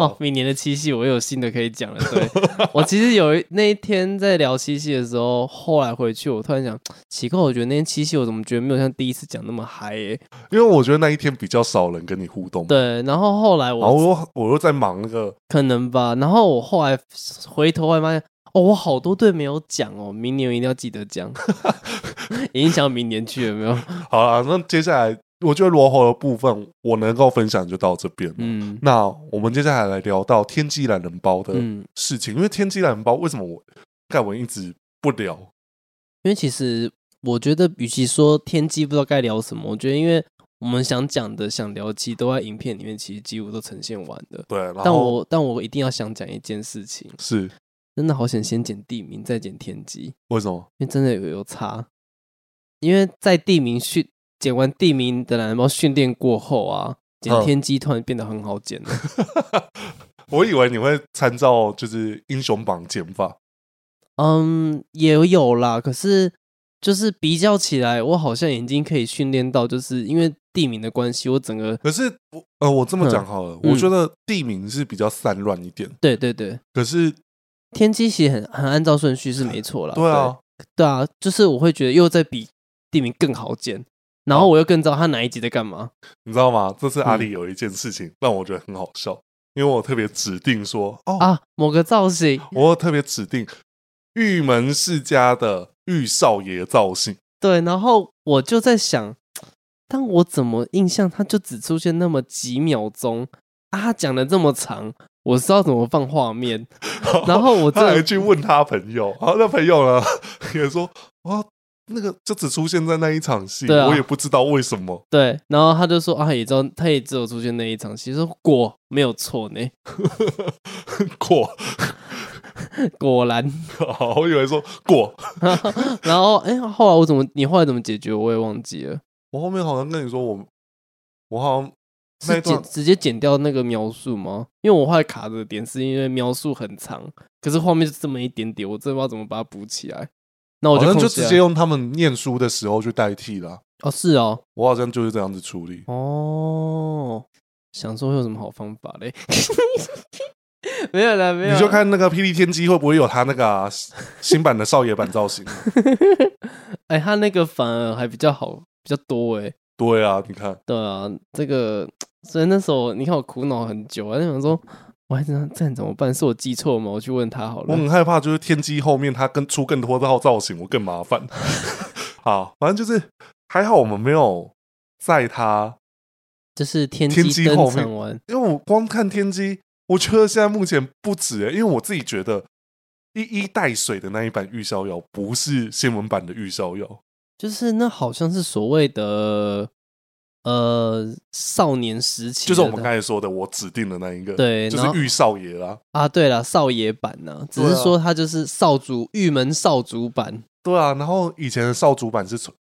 [SPEAKER 1] 哦，，
[SPEAKER 2] 明年的七夕我又有新的可以讲了。对
[SPEAKER 1] (laughs)
[SPEAKER 2] 我其实有一那一天在聊七夕的时候，后来回去我突然想，奇怪，我觉得那天七夕我怎么觉得没有像第一次讲那么嗨耶、
[SPEAKER 1] 因为我觉得那一天比较少人跟你互动，，
[SPEAKER 2] 对，然后后来
[SPEAKER 1] 然后
[SPEAKER 2] 我
[SPEAKER 1] 我我又在忙那个，
[SPEAKER 2] 可能吧，然后我后来回头还发现，哦，我好多对没有讲哦，明年我一定要记得
[SPEAKER 1] (laughs)
[SPEAKER 2] 讲，影响明年去有没有？
[SPEAKER 1] 好了，那接下来我觉得罗喉的部分我能够分享就到这边了。
[SPEAKER 2] 嗯
[SPEAKER 1] 那我们接下来来聊到天机懒人包的
[SPEAKER 2] 嗯，
[SPEAKER 1] 事情，因为天机懒人包为什么我盖文一直不聊？
[SPEAKER 2] 因为其实我觉得，与其说天机不知道该聊什么，我觉得因为我们想讲的、想聊，其实都在影片里面，其实几乎都呈现完的。
[SPEAKER 1] 对，然
[SPEAKER 2] 但
[SPEAKER 1] 后
[SPEAKER 2] 我但我一定要想讲一件事情，
[SPEAKER 1] 是
[SPEAKER 2] 真的好想先剪地名，再剪天机，
[SPEAKER 1] 为什么？
[SPEAKER 2] 因为真的有有差。因为在地名训剪完地名的懒人包训练过后啊，剪
[SPEAKER 1] 嗯
[SPEAKER 2] 天机突然变得很好剪了。
[SPEAKER 1] 我以为你会参照就是英雄榜减法，
[SPEAKER 2] 嗯，也有啦，可是就是比较起来，我好像已经可以训练到，就是因为地名的关系，我整个
[SPEAKER 1] 可是我呃，我这么讲好了，
[SPEAKER 2] 嗯
[SPEAKER 1] 我觉得地名是比较散乱一点，
[SPEAKER 2] 对对对，
[SPEAKER 1] 可是
[SPEAKER 2] 天机其实很很按照顺序是没错啦。
[SPEAKER 1] 对啊，
[SPEAKER 2] 对啊，就是我会觉得又在比地名更好剪，然
[SPEAKER 1] 哦
[SPEAKER 2] 后我又更知道他哪一集在干嘛。
[SPEAKER 1] 你知道吗？这次阿
[SPEAKER 2] 嗯
[SPEAKER 1] 里有一件事情让我觉得很好笑，因为我特别指定说，哦，
[SPEAKER 2] 啊，某个造型，
[SPEAKER 1] 我特别指定玉门世家的玉少爷造型，
[SPEAKER 2] 对，然后我就在想，但我怎么印象他就只出现那么几秒钟啊？他讲的这么长，我知道怎么放画
[SPEAKER 1] (laughs)
[SPEAKER 2] 面，然后我
[SPEAKER 1] 他还
[SPEAKER 2] 这
[SPEAKER 1] 去问他朋
[SPEAKER 2] (laughs)
[SPEAKER 1] 友，然后那朋友呢 (laughs) 也说，哇，那个就只出现在那一场戏，
[SPEAKER 2] 对啊
[SPEAKER 1] 我也不知道为什么。 (laughs)
[SPEAKER 2] 对，然后他就说啊，也知道他也只有出现那一场戏，说果没有错呢， (laughs)
[SPEAKER 1] 过， (laughs)
[SPEAKER 2] 果然。
[SPEAKER 1] 我以为说过，
[SPEAKER 2] (laughs) 然后哎、后来我怎么你后来怎么解决我也忘记了，
[SPEAKER 1] 我后面好像跟你说我，我好像那
[SPEAKER 2] 是
[SPEAKER 1] 一段
[SPEAKER 2] 剪直接剪掉那个描述吗？因为我后来卡的点是因为描述很长，可是画面就这么一点点，我真的不知道怎么把它补起来。那我
[SPEAKER 1] 好
[SPEAKER 2] 哦就
[SPEAKER 1] 像
[SPEAKER 2] 空啊
[SPEAKER 1] 就
[SPEAKER 2] 下
[SPEAKER 1] 直
[SPEAKER 2] 来
[SPEAKER 1] 接用他们念书的时候去代替了。
[SPEAKER 2] 哦，是哦，
[SPEAKER 1] 我好像就是这样子处理。
[SPEAKER 2] 哦，想说会有什么好方法嘞？ (laughs) 没有啦，没有啦，
[SPEAKER 1] 你就看那个《霹雳天机》会不会有他那个啊、新版的少爷版造型？
[SPEAKER 2] (laughs)
[SPEAKER 1] (laughs)
[SPEAKER 2] 哎、他那个反而还比较好，比较多哎。
[SPEAKER 1] 对啊，你看，
[SPEAKER 2] 对啊，这个所以那时候你看我苦恼很久啊，就想说我还想这样怎么办？是我记错了吗？我去问他好
[SPEAKER 1] 我
[SPEAKER 2] 了。
[SPEAKER 1] 很害怕，就是天机后面他跟出更多套造型，我更麻烦。 (laughs) 好，反正就是还好我们没有在他，
[SPEAKER 2] 就是天
[SPEAKER 1] 天
[SPEAKER 2] 机
[SPEAKER 1] 机
[SPEAKER 2] 登
[SPEAKER 1] 后
[SPEAKER 2] 场
[SPEAKER 1] 面
[SPEAKER 2] 完，
[SPEAKER 1] 因为我光看天机，我觉得现在目前不止、欸，因为我自己觉得一一带水的那一版玉逍遥不是新闻版的玉逍遥，
[SPEAKER 2] 就是那好像是所谓的呃少年时期
[SPEAKER 1] 就
[SPEAKER 2] 的，
[SPEAKER 1] 是我们刚才说的我指定的那一个，
[SPEAKER 2] 对
[SPEAKER 1] 就
[SPEAKER 2] 然后
[SPEAKER 1] 是玉少爷啦。
[SPEAKER 2] 啊，对了，少爷版呢、只是
[SPEAKER 1] 对啊
[SPEAKER 2] 说他就是少主玉门少主版，
[SPEAKER 1] 对啊，然后以前的少主版是穿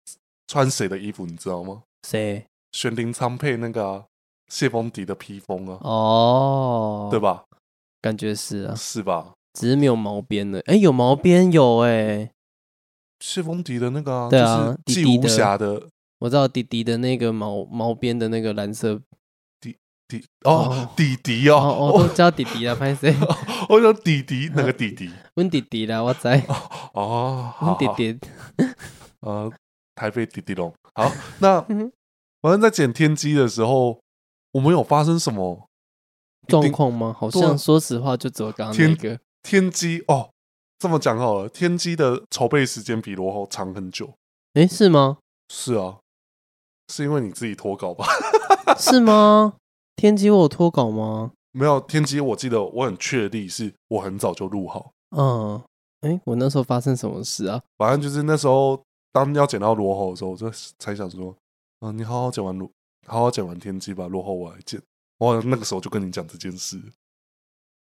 [SPEAKER 1] 穿谁的衣服，你知道吗？
[SPEAKER 2] 谁
[SPEAKER 1] 玄灵仓配那个啊、谢风迪的披风啊，
[SPEAKER 2] 哦，
[SPEAKER 1] 对？吧？
[SPEAKER 2] 感觉是啊，
[SPEAKER 1] 是吧？
[SPEAKER 2] 只是没有毛边的。哎，有毛边有哎，
[SPEAKER 1] 谢风迪的那个、啊，
[SPEAKER 2] 对啊
[SPEAKER 1] 就是
[SPEAKER 2] 滴
[SPEAKER 1] 季
[SPEAKER 2] 滴
[SPEAKER 1] 无
[SPEAKER 2] 的
[SPEAKER 1] 暇的
[SPEAKER 2] 我知道迪迪的那个毛毛边的那个蓝色，
[SPEAKER 1] 弟哦
[SPEAKER 2] 哦，
[SPEAKER 1] 弟弟
[SPEAKER 2] 哦哦，
[SPEAKER 1] 哦，
[SPEAKER 2] 都叫弟弟啦，拍
[SPEAKER 1] (laughs)
[SPEAKER 2] 谁？
[SPEAKER 1] 我我说弟弟那个弟弟
[SPEAKER 2] 问弟弟啦，我在
[SPEAKER 1] 哦，好
[SPEAKER 2] 问
[SPEAKER 1] 好
[SPEAKER 2] 嗯弟弟，
[SPEAKER 1] 呃，台北弟弟龙。
[SPEAKER 2] (laughs)
[SPEAKER 1] 好，那
[SPEAKER 2] 嗯
[SPEAKER 1] 反正在剪天机的时候，我们有发生什么
[SPEAKER 2] 状况吗？好
[SPEAKER 1] 对啊
[SPEAKER 2] 像说实话，就只有刚刚那
[SPEAKER 1] 天
[SPEAKER 2] 个，
[SPEAKER 1] 天机哦？这么讲好了，天机的筹备时间比罗喉长很久。
[SPEAKER 2] 哎，
[SPEAKER 1] (laughs)
[SPEAKER 2] 是吗？
[SPEAKER 1] 是啊，是因为你自己脱稿吧？ (laughs)
[SPEAKER 2] 是吗？天机我有脱稿吗？
[SPEAKER 1] 没有天机，我记得我很确定是我很早就录好，
[SPEAKER 2] 嗯，哎，我那时候发生什么事啊？
[SPEAKER 1] 反正就是那时候当要剪到罗喉的时候，我就才想说，嗯、你好好剪完罗，好好剪完天机吧，罗喉我来剪。我好像那个时候就跟你讲这件事，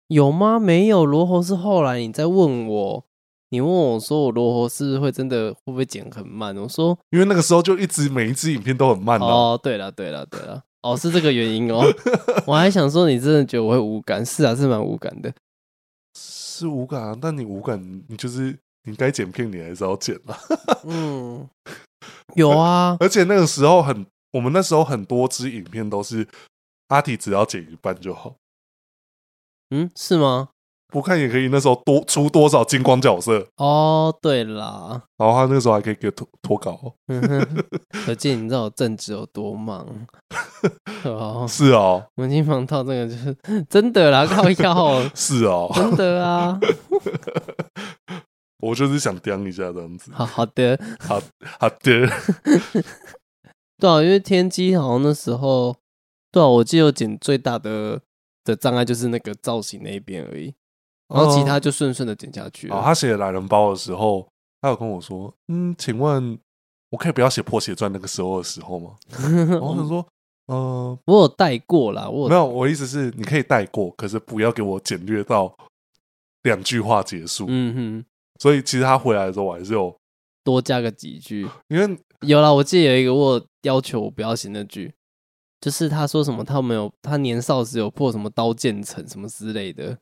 [SPEAKER 2] 有吗？没有，罗喉是后来你在问我，你问我说我罗喉是不是会真的会不会剪很慢？我说
[SPEAKER 1] 因为那个时候就一直每一支影片都很慢啊的、
[SPEAKER 2] 哦，对了，对了，对了，
[SPEAKER 1] (laughs)
[SPEAKER 2] 哦，是这个原因哦。我还想说，你真的觉得我会无感？是啊，是蛮无感的。
[SPEAKER 1] 是无感啊，但你无感，你就是你该剪片，你还是要剪啊。 (laughs)
[SPEAKER 2] 嗯，有啊，
[SPEAKER 1] 而且那个时候很，我们那时候很多支影片都是阿迪只要剪一半就好，
[SPEAKER 2] 嗯，是吗？
[SPEAKER 1] 不看也可以。那时候多出多少金光角色，
[SPEAKER 2] 哦，对啦， (laughs)
[SPEAKER 1] 然后他那时候还可以给我脱脱稿，哦
[SPEAKER 2] 嗯哼，可见你知道我正职有多忙，对吧？
[SPEAKER 1] 是哦，
[SPEAKER 2] 我已经忙到这个就是真的啦，靠腰，
[SPEAKER 1] 是哦， (laughs)
[SPEAKER 2] 真的啊，
[SPEAKER 1] 我就是想刁一下这样子。
[SPEAKER 2] 好好的，
[SPEAKER 1] 好 (laughs) 好的，
[SPEAKER 2] 对啊，因为天机好像那时候，对啊，我记得我剪最大的的障碍就是那个造型那一边而已，然后其他就顺顺的剪下去了
[SPEAKER 1] 哦，他写懒人包的时候，他有跟我说：“嗯，请问我可以不要写破鞋传那个时候的时候
[SPEAKER 2] (laughs)
[SPEAKER 1] 吗？”然后我想说：“呃，
[SPEAKER 2] 我有带过啦，我
[SPEAKER 1] 没
[SPEAKER 2] 有
[SPEAKER 1] 有，我意思是你可以带过，可是不要给我简略到两句话结束。
[SPEAKER 2] 嗯哼，
[SPEAKER 1] 所以其实他回来的时候，我还是有，
[SPEAKER 2] 多加个几句。
[SPEAKER 1] 因为
[SPEAKER 2] 有啦，我记得有一个我有要求我不要写那句，就是他说什么他没有，他年少时有破什么刀剑城什么之类的，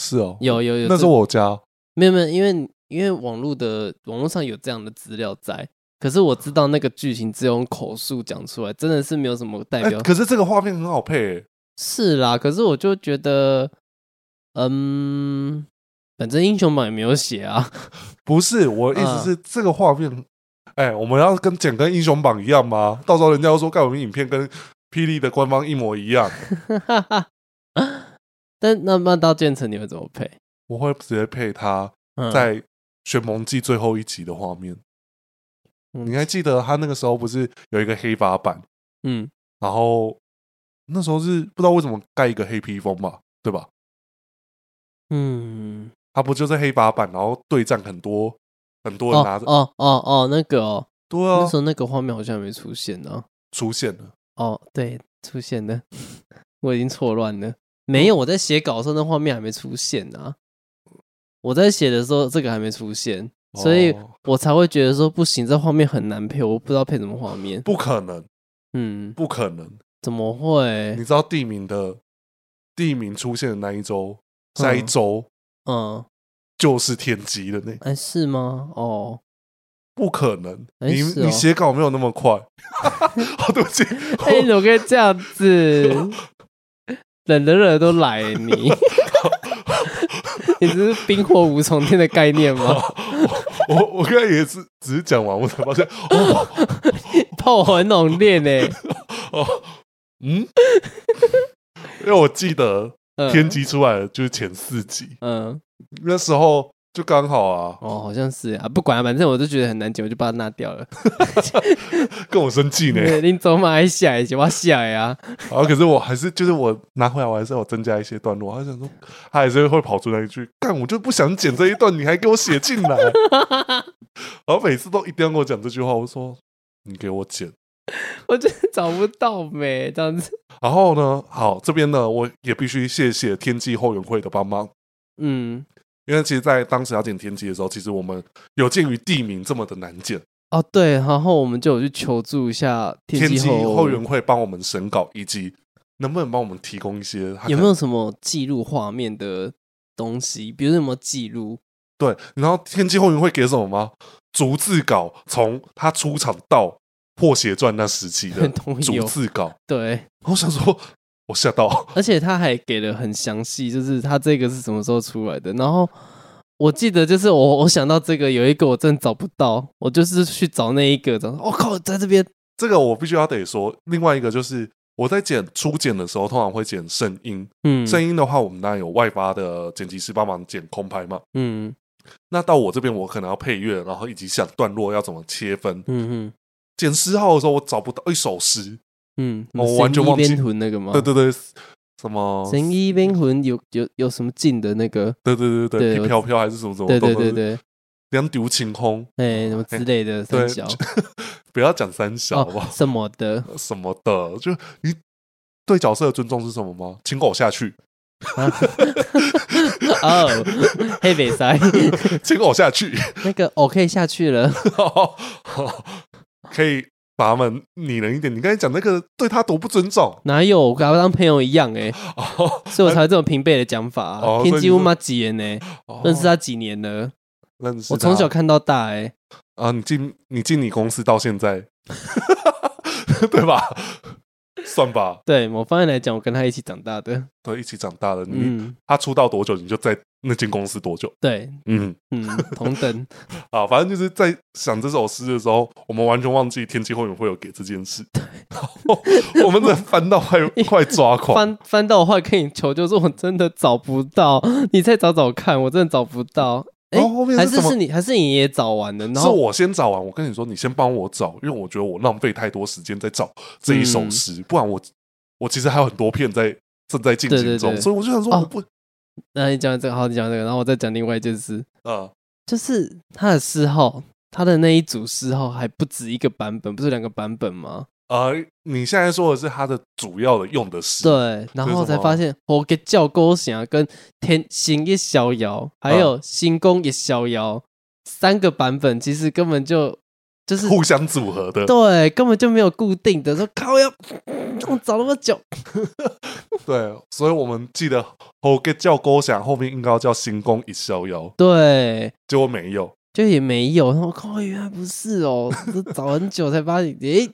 [SPEAKER 1] 是哦，
[SPEAKER 2] 有有有，
[SPEAKER 1] 那时候
[SPEAKER 2] 这
[SPEAKER 1] 我家
[SPEAKER 2] 没有没有，因为因为网络的网络上有这样的资料在。可是我知道那个剧情只有用口述讲出来，真的是没有什么代
[SPEAKER 1] 哎
[SPEAKER 2] 表
[SPEAKER 1] 可是这个画面很好配、欸，
[SPEAKER 2] 是啦，可是我就觉得，嗯，反正英雄榜也没有写啊。 (laughs)
[SPEAKER 1] 不是我的意思
[SPEAKER 2] 嗯
[SPEAKER 1] 是这个画面，哎、我们要跟剪跟英雄榜一样吗？到时候人家又说，盖我们影片跟霹雳的官方一模一样，
[SPEAKER 2] 但那那到建成你会怎么配？
[SPEAKER 1] 我会直接配他
[SPEAKER 2] 嗯，
[SPEAKER 1] 在《玄盟记》最后一集的画面。
[SPEAKER 2] 嗯
[SPEAKER 1] 你还记得他那个时候不是有一个黑发版，
[SPEAKER 2] 嗯，
[SPEAKER 1] 然后那时候是不知道为什么盖一个黑披风吧，对吧？
[SPEAKER 2] 嗯，
[SPEAKER 1] 他不就是黑发版，然后对战很多很多人
[SPEAKER 2] 哦
[SPEAKER 1] 拿着，
[SPEAKER 2] 哦哦哦，那个哦，
[SPEAKER 1] 对
[SPEAKER 2] 那
[SPEAKER 1] 啊
[SPEAKER 2] 时，候那个画面好像还没出现呢、
[SPEAKER 1] 出现了。
[SPEAKER 2] 哦，对，出现的， (laughs) 我已经错乱了。没有，
[SPEAKER 1] 嗯
[SPEAKER 2] 我在写稿的时候，那画面还没出现啊。我在写的时候，这个还没出现，所以
[SPEAKER 1] 哦
[SPEAKER 2] 我才会觉得说不行，这画面很难配，我不知道配什么画面。
[SPEAKER 1] 不可能，
[SPEAKER 2] 嗯，
[SPEAKER 1] 不可能！
[SPEAKER 2] 怎么
[SPEAKER 1] 你
[SPEAKER 2] 会？
[SPEAKER 1] 知道地名的地名出现的那一周，下一
[SPEAKER 2] 嗯
[SPEAKER 1] 周
[SPEAKER 2] 嗯，
[SPEAKER 1] 就是天机了呢，
[SPEAKER 2] 哎，是吗？哦，
[SPEAKER 1] 不可能！
[SPEAKER 2] 哎
[SPEAKER 1] 你
[SPEAKER 2] 是哦
[SPEAKER 1] 你写稿没有那么
[SPEAKER 2] (laughs)
[SPEAKER 1] 快，好，对不起，
[SPEAKER 2] 哎，你怎么可以这样子？忍的忍都来了你，你这是冰火五重天的概念吗？
[SPEAKER 1] 我我我刚才也是只是讲完，我才发现哦
[SPEAKER 2] 炮火很浓烈呢。
[SPEAKER 1] 哦，嗯，因为我记得
[SPEAKER 2] 嗯
[SPEAKER 1] 天机出来了就是前四集，
[SPEAKER 2] 嗯，
[SPEAKER 1] 那时候就刚好啊，
[SPEAKER 2] 哦，好像是啊，不管、啊，反正我都觉得很难剪，我就把它拿
[SPEAKER 1] (laughs)
[SPEAKER 2] 掉了。
[SPEAKER 1] 跟我生气呢。
[SPEAKER 2] 林走马还下来，我要下来啊。
[SPEAKER 1] 然后可是我还是就是我拿回来，我还是要增加一些段落。他想说，他还是会跑出来一句：“干，我就不想剪这一段，你还给我写进
[SPEAKER 2] (laughs)
[SPEAKER 1] 来。”然后每次都一定要跟我讲这句话，我说：“你给我剪。”
[SPEAKER 2] 我真的找不到没这样子。
[SPEAKER 1] 然后呢，好，这边呢，我也必须谢谢天际后援会的帮忙，
[SPEAKER 2] 嗯，
[SPEAKER 1] 因为其实，在当时要剪天际的时候，其实我们有鉴于地名这么的难剪，
[SPEAKER 2] 哦对，然后我们就有去求助一下
[SPEAKER 1] 天
[SPEAKER 2] 机
[SPEAKER 1] 际后援
[SPEAKER 2] 会
[SPEAKER 1] 会帮我们审稿，以及能不能帮我们提供一些他可
[SPEAKER 2] 有
[SPEAKER 1] 能
[SPEAKER 2] 没有什么记录画面的东西，比如什么记录？
[SPEAKER 1] 对，然后天际后援会给什么吗？逐字稿，从他出场到《破鞋传》那时期的
[SPEAKER 2] (laughs) 都有
[SPEAKER 1] 逐字稿。
[SPEAKER 2] 对，
[SPEAKER 1] 然后我想说，我吓到，
[SPEAKER 2] 而且他还给了很详细，就是他这个是什么时候出来的。然后我记得就是我我想到这个有一个我真的找不到，我就是去找那一个，找我、哦靠，在这边
[SPEAKER 1] 这个我必须要得说。另外一个就是我在剪初剪的时候，通常会剪声音。
[SPEAKER 2] 嗯
[SPEAKER 1] 声音的话，我们当然有外发的剪辑师帮忙剪空拍嘛。
[SPEAKER 2] 嗯
[SPEAKER 1] 那到我这边，我可能要配乐，然后以及想段落要怎么切分。
[SPEAKER 2] 嗯
[SPEAKER 1] 剪诗号的时候，我找不到一首诗。
[SPEAKER 2] 嗯嗯，
[SPEAKER 1] 哦我完全忘记
[SPEAKER 2] 神医边魂那个吗？
[SPEAKER 1] 对对对，什么？
[SPEAKER 2] 神医边魂有有有什么劲的那个？
[SPEAKER 1] 对对对
[SPEAKER 2] 对
[SPEAKER 1] 对，
[SPEAKER 2] 我
[SPEAKER 1] 飘飘还是什么什么？
[SPEAKER 2] 对对对，对，
[SPEAKER 1] 两丢晴空。
[SPEAKER 2] 哎，什么之类的
[SPEAKER 1] 对
[SPEAKER 2] 三角
[SPEAKER 1] 不要讲三小好不
[SPEAKER 2] 哦
[SPEAKER 1] 好？
[SPEAKER 2] 什么的
[SPEAKER 1] 什么的，就你对角色的尊重是什么吗？请狗下去， (laughs)
[SPEAKER 2] 啊哦，黑北塞哦
[SPEAKER 1] 请狗下去， (laughs)
[SPEAKER 2] 那个我可以下去了，
[SPEAKER 1] 可以把他们拟人一点。你刚才讲那个对他多不尊重
[SPEAKER 2] 哪有我把他当朋友一样哎、
[SPEAKER 1] 哦，
[SPEAKER 2] 所以我才会这么平辈的讲法、啊。
[SPEAKER 1] 哦
[SPEAKER 2] 天
[SPEAKER 1] 所以
[SPEAKER 2] 机
[SPEAKER 1] 你
[SPEAKER 2] 屋
[SPEAKER 1] 是
[SPEAKER 2] 妈几年呢、
[SPEAKER 1] 哦
[SPEAKER 2] 认识他几年了？
[SPEAKER 1] 认识他，
[SPEAKER 2] 我从小看到大哎、
[SPEAKER 1] 啊，你进你进你公司到现在， (laughs) 对吧？算吧，
[SPEAKER 2] 对某方面来讲，我跟他一起长大的。
[SPEAKER 1] 都一起长大了。你、
[SPEAKER 2] 嗯，
[SPEAKER 1] 他出道多久，你就在那间公司多久。
[SPEAKER 2] 对，
[SPEAKER 1] 嗯，
[SPEAKER 2] 嗯，
[SPEAKER 1] (laughs)
[SPEAKER 2] 同等。
[SPEAKER 1] 啊，反正就是在想这首诗的时候，我们完全忘记天气后援会有给这件事。我们真的翻到
[SPEAKER 2] (laughs)
[SPEAKER 1] 快快抓狂。
[SPEAKER 2] 翻翻到我后来跟你求救说，我真的找不到， (laughs) 你再找找看，我真的找不到。哎、
[SPEAKER 1] 然哦后后面
[SPEAKER 2] 还
[SPEAKER 1] 是
[SPEAKER 2] 是
[SPEAKER 1] 什么
[SPEAKER 2] 是？你，还是你也找完了，然
[SPEAKER 1] 是
[SPEAKER 2] 后
[SPEAKER 1] 我先找完，我跟你说，你先帮我找，因为我觉得我浪费太多时间在找这一
[SPEAKER 2] 嗯
[SPEAKER 1] 首诗，不然我我其实还有很多片在正在进
[SPEAKER 2] 对
[SPEAKER 1] 行
[SPEAKER 2] 对
[SPEAKER 1] 中，
[SPEAKER 2] 对
[SPEAKER 1] 所以我就想说，
[SPEAKER 2] 哦
[SPEAKER 1] 我不
[SPEAKER 2] 那你讲这个好，你讲这个，然后我再讲另外一件事，
[SPEAKER 1] 啊
[SPEAKER 2] 就是他的诗号，他的那一组诗号还不止一个版本，不是有两个版本吗？
[SPEAKER 1] 呃，你现在说的是它的主要的用的诗，
[SPEAKER 2] 对，然后才发现我给叫勾响跟天星一逍遥，还
[SPEAKER 1] 嗯
[SPEAKER 2] 有星宫一逍遥，三个版本其实根本就就是
[SPEAKER 1] 互相组合的，
[SPEAKER 2] 对，根本就没有固定的，说靠要我找那么久，
[SPEAKER 1] 对，所以我们记得后给叫勾响，后面应该要叫星宫一逍遥，
[SPEAKER 2] 对，
[SPEAKER 1] 结果没有。
[SPEAKER 2] 就也没有，然后我靠，原来不是哦，这找很久才发现，诶，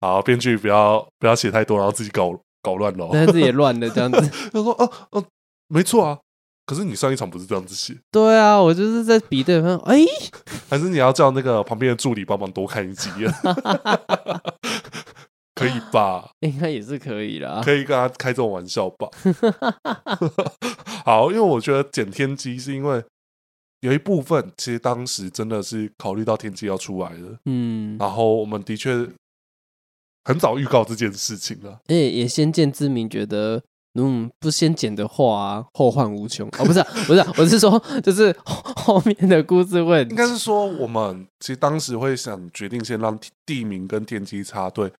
[SPEAKER 1] 好，编剧不要不要写太多，然后自己搞搞乱了。哦
[SPEAKER 2] 但是也乱了这样子。 (laughs)
[SPEAKER 1] 他说：“哦、哦、没错啊，可是你上一场不是这样子写，
[SPEAKER 2] 对啊，我就是在比对方，哎、
[SPEAKER 1] 还是你要叫那个旁边的助理帮忙多看几眼， (laughs) 可以吧？
[SPEAKER 2] 应该也是可以啦。
[SPEAKER 1] 可以跟他开这种玩笑吧？ (laughs) 好，因为我觉得剪天机是因为有一部分其实当时真的是考虑到天机要出来了，
[SPEAKER 2] 嗯，
[SPEAKER 1] 然后我们的确很早预告这件事情啊了。”
[SPEAKER 2] 而且也先见之明，觉得嗯，不先剪的话、啊，后患无穷。哦，不是啊、不是啊、我是说，就是后后 (laughs) 面的故事会
[SPEAKER 1] 应该是说，我们其实当时会想决定先让地地名跟天机插队，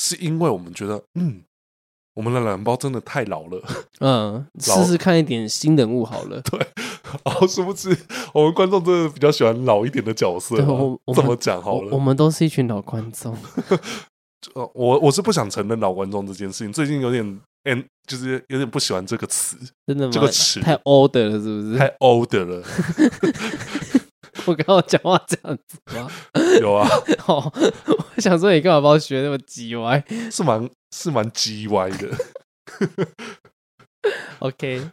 [SPEAKER 1] 是因为我们觉得，嗯，我们的懒人包真的太老了， (laughs)
[SPEAKER 2] 嗯，试试看一点新人物好了。
[SPEAKER 1] 然后殊不知我们观众真的比较喜欢老一点的角色
[SPEAKER 2] 对
[SPEAKER 1] 啊
[SPEAKER 2] 我我。
[SPEAKER 1] 这
[SPEAKER 2] 们
[SPEAKER 1] 么讲好
[SPEAKER 2] 我我
[SPEAKER 1] 了，
[SPEAKER 2] 们都是一群老观众，
[SPEAKER 1] 呃我我是不想承认老观众这件事情，最近有点。嗯，就是有点不喜欢这个词，
[SPEAKER 2] 真的吗？
[SPEAKER 1] 这个词
[SPEAKER 2] 太 old 了，是不
[SPEAKER 1] 太
[SPEAKER 2] 是？
[SPEAKER 1] old 了。
[SPEAKER 2] 我跟我讲话这样子吗？
[SPEAKER 1] 有啊，
[SPEAKER 2] 哦， (laughs) 我想说你干嘛把我学那么鸡歪
[SPEAKER 1] 是蛮是蛮 G 歪的。
[SPEAKER 2] ？OK，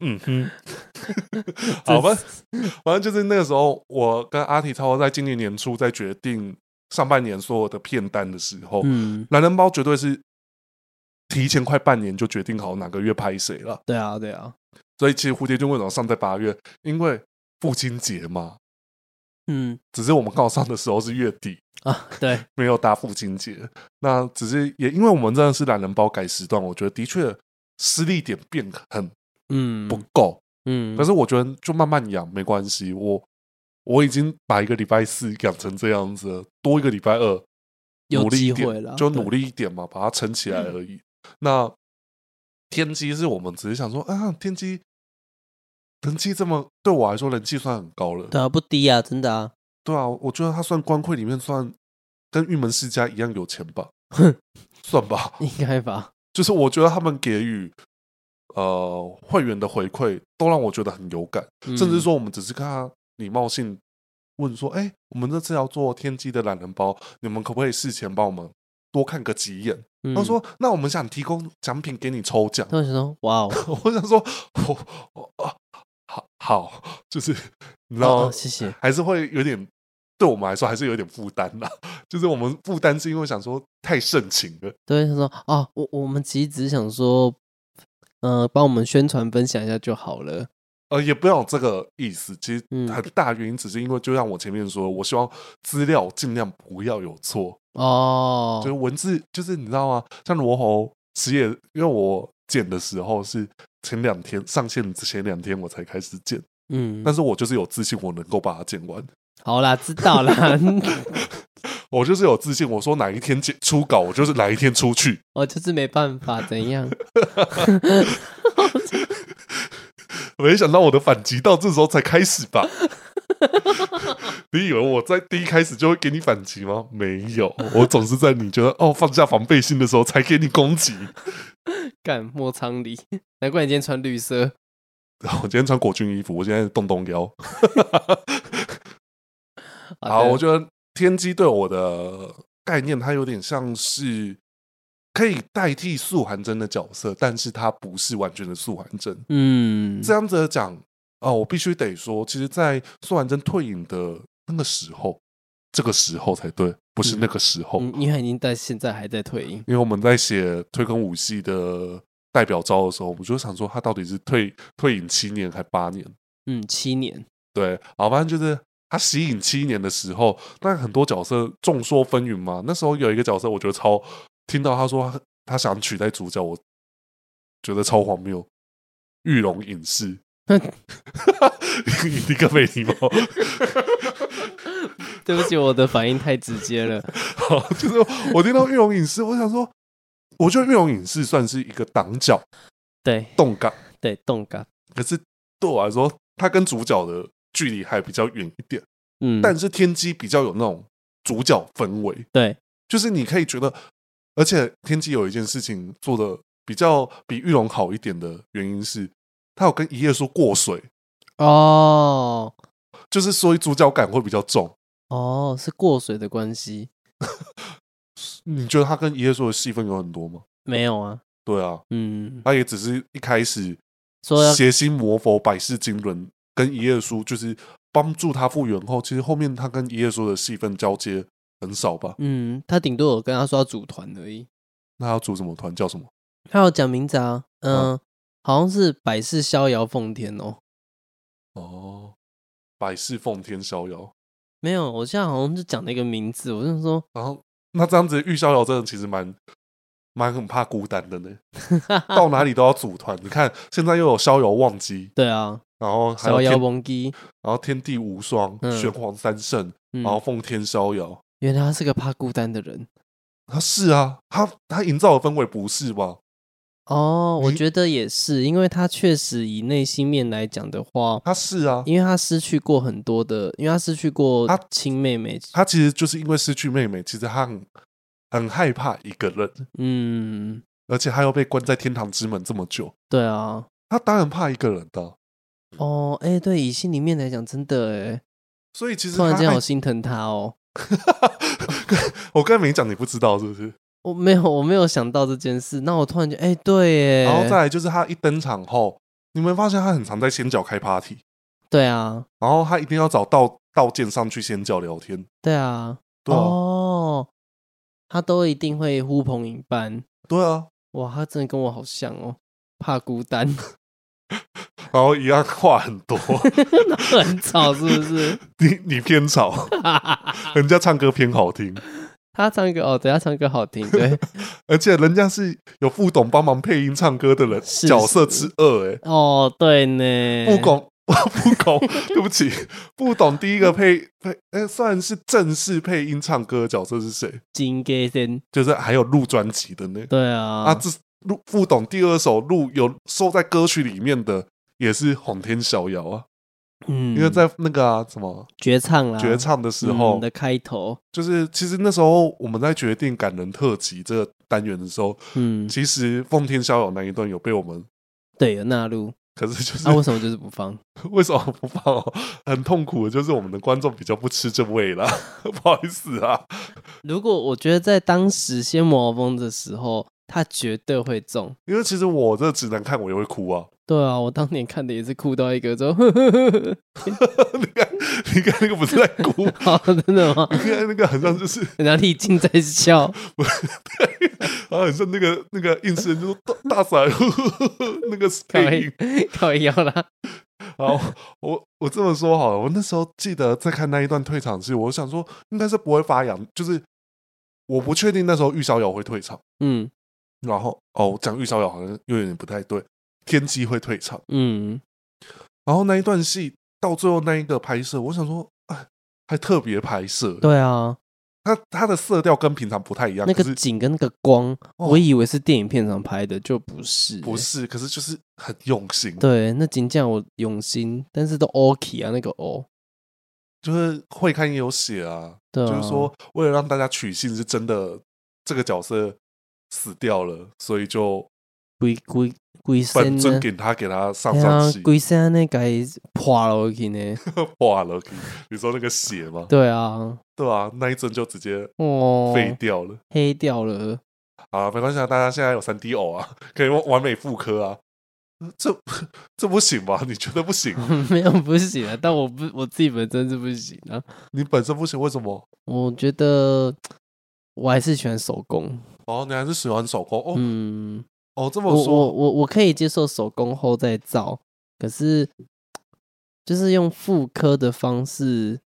[SPEAKER 1] 嗯哼，好吧，反正就是那个时候，我跟阿提差不多在今年年初在决定上半年所有的片单的时候，
[SPEAKER 2] 嗯，
[SPEAKER 1] 懒人包绝对是提前快半年就决定好哪个月拍谁了。
[SPEAKER 2] 对啊，对啊，
[SPEAKER 1] 所以其实蝴蝶君为什么上在八月？因为父亲节嘛，
[SPEAKER 2] 嗯
[SPEAKER 1] 只是我们告上的时候是月底，
[SPEAKER 2] 啊，对，
[SPEAKER 1] 没有搭父亲节。那只是也因为我们真的是懒人包改时段，我觉得的确失力点变很
[SPEAKER 2] 嗯，
[SPEAKER 1] 不够。
[SPEAKER 2] 嗯，
[SPEAKER 1] 可是我觉得就慢慢养没关系，我我已经把一个礼拜四养成这样子了，多一个礼拜二
[SPEAKER 2] 有
[SPEAKER 1] 努力
[SPEAKER 2] 机
[SPEAKER 1] 一
[SPEAKER 2] 会
[SPEAKER 1] 点
[SPEAKER 2] 了，
[SPEAKER 1] 就
[SPEAKER 2] 对嗯
[SPEAKER 1] 努力一点嘛，把它撑起来而已。那天机是我们只是想说啊，天机人气这么对我来说人气算很高了，
[SPEAKER 2] 对啊，不低啊，真的啊，
[SPEAKER 1] 对啊，我觉得他算官会里面算跟玉门世家一样有钱
[SPEAKER 2] (laughs)
[SPEAKER 1] 吧，算吧，
[SPEAKER 2] 应该吧？
[SPEAKER 1] 就是我觉得他们给予呃会员的回馈都让我觉得很有感。甚至
[SPEAKER 2] 嗯
[SPEAKER 1] 说我们只是跟他礼貌性问说：“哎、我们这次要做天机的懒人包，你们可不可以事前帮我们多看个几眼？”他，
[SPEAKER 2] 嗯
[SPEAKER 1] 说：“那我们想提供奖品给你抽
[SPEAKER 2] (laughs)
[SPEAKER 1] 奖。
[SPEAKER 2] 他们想说，哇哦，
[SPEAKER 1] 我想说：“我我啊，好好，就是你知
[SPEAKER 2] 然
[SPEAKER 1] 道吗
[SPEAKER 2] 后哦谢谢，
[SPEAKER 1] 还是会有点。”对我们来说还是有点负担啦， (laughs) 就是我们负担是因为想说太盛情了，
[SPEAKER 2] 对，他说，哦，我我们其实只是想说，呃，帮我们宣传分享一下就好了，
[SPEAKER 1] 呃，也不要有这个意思。其实
[SPEAKER 2] 嗯
[SPEAKER 1] 很大原因只是因为，就像我前面说，我希望资料尽量不要有错，
[SPEAKER 2] 哦
[SPEAKER 1] 就是，文字，就是你知道吗？像罗喉其实也，因为我剪的时候是前两天上线前两天我才开始剪，
[SPEAKER 2] 嗯，
[SPEAKER 1] 但是我就是有自信，我能够把它剪完，
[SPEAKER 2] 好啦，知道啦， (laughs)
[SPEAKER 1] 我就是有自信，我说哪一天剪出稿，我就是哪一天出去。
[SPEAKER 2] 我就是没办法，怎样？
[SPEAKER 1] 没想到我的反击到这时候才开始吧。 (laughs) 你以为我在第一开始就会给你反击吗？没有，我总是在你觉得哦放下防备心的时候才给你攻击。 (laughs)
[SPEAKER 2] 干莫昌黎，难怪你今天穿绿色。
[SPEAKER 1] 我今天穿果军衣服，我现在动动腰。好，
[SPEAKER 2] 的
[SPEAKER 1] 我觉得天机对我的概念，它有点像是可以代替素寒真的角色，但是它不是完全的素寒真。
[SPEAKER 2] 嗯，
[SPEAKER 1] 这样子的讲啊、我必须得说，其实，在素寒真退隐的那个时候，这个时候才对，不是那个时候，
[SPEAKER 2] 嗯，因为已经到现在还在退隐，
[SPEAKER 1] 因为我们在写推坑五系的代表招的时候，我们就想说，他到底是退退隐七年还八年？
[SPEAKER 2] 嗯，七年， (laughs)
[SPEAKER 1] 对，好，反正就是他吸引七年的时候，那很多角色众说纷纭嘛。那时候有一个角色，我觉得超听到他说他他想取代主角，我觉得超荒谬。玉龙隐士， (laughs) 你个没礼貌。
[SPEAKER 2] 对不起，我的反应太直接了。
[SPEAKER 1] 好， (laughs) 就是我听到玉龙隐士，我想说，我觉得玉龙隐士算是一个挡角
[SPEAKER 2] 对
[SPEAKER 1] 动感，
[SPEAKER 2] 对，动感，
[SPEAKER 1] 可是对我来说，他跟主角的距离还比较远一点。
[SPEAKER 2] 嗯，
[SPEAKER 1] 但是天机比较有那种主角氛围，
[SPEAKER 2] 对，
[SPEAKER 1] 就是你可以觉得，而且天机有一件事情做的比较比玉龙好一点的原因是，他有跟一夜说过水，
[SPEAKER 2] 哦
[SPEAKER 1] 就是所以主角感会比较重。
[SPEAKER 2] 哦，是过水的关系，
[SPEAKER 1] 你觉得他跟一夜说的戏份有很多吗？
[SPEAKER 2] 没有啊，
[SPEAKER 1] 对啊，
[SPEAKER 2] 嗯，
[SPEAKER 1] 他也只是一开始
[SPEAKER 2] 说要
[SPEAKER 1] 邪心魔佛百世经纶跟一夜书就是帮助他复原后，其实后面他跟一夜说的戏份交接很少吧？
[SPEAKER 2] 嗯，他顶多有跟他说要组团而已。
[SPEAKER 1] 那他要组什么团叫什么？
[SPEAKER 2] 他有讲名字啊，嗯、
[SPEAKER 1] 啊
[SPEAKER 2] 好像是百事逍遥奉天哦。
[SPEAKER 1] 哦，百世奉天逍遥。
[SPEAKER 2] 没有，我现在好像就讲了一个名字，我就说，
[SPEAKER 1] 然后那这样子，玉逍遥真的其实蛮蛮很怕孤单的呢，到哪里都要组团。你看现在又有逍遥忘机，
[SPEAKER 2] 对啊，
[SPEAKER 1] 然后还有
[SPEAKER 2] 逍
[SPEAKER 1] 天
[SPEAKER 2] 遥，蒙基，
[SPEAKER 1] 然后天地无双、
[SPEAKER 2] 嗯
[SPEAKER 1] 玄黄三圣，
[SPEAKER 2] 嗯
[SPEAKER 1] 然，后奉天逍遥。
[SPEAKER 2] 原来他是个怕孤单的人
[SPEAKER 1] 他是啊，他他营造的氛围不是吧？
[SPEAKER 2] 哦。我
[SPEAKER 1] 你
[SPEAKER 2] 觉得也是，因为他确实以内心面来讲的话，
[SPEAKER 1] 他是啊，
[SPEAKER 2] 因为他失去过很多的，因为他失去过
[SPEAKER 1] 他
[SPEAKER 2] 亲妹妹，
[SPEAKER 1] 他其实就是因为失去妹妹，其实他很很害怕一个人，
[SPEAKER 2] 嗯，
[SPEAKER 1] 而且他又被关在天堂之门这么久，
[SPEAKER 2] 对啊，
[SPEAKER 1] 他当然怕一个人的。
[SPEAKER 2] 哦，哎，对，以心里面来讲，真的哎，
[SPEAKER 1] 所以其实
[SPEAKER 2] 突然
[SPEAKER 1] 他
[SPEAKER 2] 间
[SPEAKER 1] 爱
[SPEAKER 2] 好心疼他哦。
[SPEAKER 1] 我刚才没讲，你不知道是不是？
[SPEAKER 2] 我没有，我没有想到这件事。那我突然觉得，哎、对耶，
[SPEAKER 1] 然后再来就是他一登场后，你们发现他很常在仙角开 party，
[SPEAKER 2] 对啊，
[SPEAKER 1] 然后他一定要找道道剑上去仙角聊天，
[SPEAKER 2] 对啊，
[SPEAKER 1] 对啊，
[SPEAKER 2] 哦，他都一定会呼朋引伴。
[SPEAKER 1] 对啊，
[SPEAKER 2] 哇，他真的跟我好像哦，怕孤单， (laughs)
[SPEAKER 1] 然后一样话很多， (laughs)
[SPEAKER 2] 很吵是不是？
[SPEAKER 1] 你你偏
[SPEAKER 2] (laughs)
[SPEAKER 1] 吵，人家唱歌偏好听，
[SPEAKER 2] 他唱歌哦，对，他唱歌好听，
[SPEAKER 1] (laughs)
[SPEAKER 2] 对，
[SPEAKER 1] 而且人家是有副董帮忙配音唱歌的人，
[SPEAKER 2] 是
[SPEAKER 1] 角色之二、欸，
[SPEAKER 2] 哦，对呢，
[SPEAKER 1] 不懂。 (laughs) 不懂，对不起，不懂。第一个配配，哎、算是正式配音唱歌的角色是谁？
[SPEAKER 2] 金给先，
[SPEAKER 1] 就是还有录专辑的那
[SPEAKER 2] 对啊，
[SPEAKER 1] 啊，这录副董第二首录有收在歌曲里面的，也是哄天逍遥啊，
[SPEAKER 2] 嗯，
[SPEAKER 1] 因为在那个啊什么
[SPEAKER 2] 绝唱啦，
[SPEAKER 1] 绝唱的时
[SPEAKER 2] 嗯
[SPEAKER 1] 候，
[SPEAKER 2] 的开头，
[SPEAKER 1] 就是其实那时候我们在决定感人特辑这个单元的时候，
[SPEAKER 2] 嗯，
[SPEAKER 1] 其实奉天逍遥那一段有被我们，
[SPEAKER 2] 对，有纳入，
[SPEAKER 1] 可是就是、
[SPEAKER 2] 那、为什么就是不放？
[SPEAKER 1] (laughs) 为什么不放、哦？很痛苦的就是我们的观众比较不吃这味啦， (laughs) 不好意思啊，
[SPEAKER 2] 如果我觉得在当时仙魔风的时候，他绝对会中。
[SPEAKER 1] 因为其实我这直男看我也会哭啊， (laughs)
[SPEAKER 2] 对啊，我当年看的也是哭到一个就，呵呵呵呵
[SPEAKER 1] 你看你看那个不是在哭，你
[SPEAKER 2] (laughs) 好真的吗？
[SPEAKER 1] 看那个很像就是。 (laughs)
[SPEAKER 2] 人家历经在笑，
[SPEAKER 1] 然后啊很像那个那个应试人就说大大傻，呵呵呵呵 (laughs) 那个
[SPEAKER 2] 靠
[SPEAKER 1] 配音。
[SPEAKER 2] (laughs) 靠腰啦。
[SPEAKER 1] 然后我我这么说好了，我那时候记得在看那一段退场戏，我想说应该是不会发扬，就是我不确定那时候玉逍遥会退场。
[SPEAKER 2] 嗯
[SPEAKER 1] 然后哦，讲玉逍遥好像又有点不太对，天机会退场。
[SPEAKER 2] 嗯，
[SPEAKER 1] 然后那一段戏到最后那一个拍摄，我想说，哎，还特别拍摄，
[SPEAKER 2] 对啊，
[SPEAKER 1] 它它的色调跟平常不太一样，
[SPEAKER 2] 那
[SPEAKER 1] 啊可
[SPEAKER 2] 个
[SPEAKER 1] 是
[SPEAKER 2] 景跟那个光，
[SPEAKER 1] 哦
[SPEAKER 2] 我以为是电影片上拍的，就不是、
[SPEAKER 1] 不。是，可是就是很用心。
[SPEAKER 2] 对，那景象我用心，但是都 OK 啊，那个 O，
[SPEAKER 1] 就是会看也有写啊，
[SPEAKER 2] 哦对啊
[SPEAKER 1] 就是说为了让大家取信，是真的这个角色死掉了，所以就
[SPEAKER 2] 规规规
[SPEAKER 1] 本
[SPEAKER 2] 身
[SPEAKER 1] 尊
[SPEAKER 2] 呢，
[SPEAKER 1] 给他给他上
[SPEAKER 2] 嘿
[SPEAKER 1] 上
[SPEAKER 2] 啊
[SPEAKER 1] 戏，
[SPEAKER 2] 规身呢该破落去呢，
[SPEAKER 1] (laughs) 挂了。你说那个血吗？
[SPEAKER 2] 对啊，
[SPEAKER 1] 对啊，那一尊就直接
[SPEAKER 2] 哦，
[SPEAKER 1] 废掉了。
[SPEAKER 2] 黑掉了， (laughs)
[SPEAKER 1] 啊，没关系啊，大家现在有三 D 偶啊， (laughs) 可以完美复刻啊。这这不行吧？你 (laughs) 觉得不行？
[SPEAKER 2] 没有不行啊，但我不我自己本身是不行啊，
[SPEAKER 1] 你本身不行，为什么？
[SPEAKER 2] 我觉得我还是喜欢手工，
[SPEAKER 1] 哦，你还是喜欢手工哦、
[SPEAKER 2] 嗯，
[SPEAKER 1] 哦，这么
[SPEAKER 2] 我我
[SPEAKER 1] 说
[SPEAKER 2] 我我可以接受手工后再造，可是就是用复刻的方式，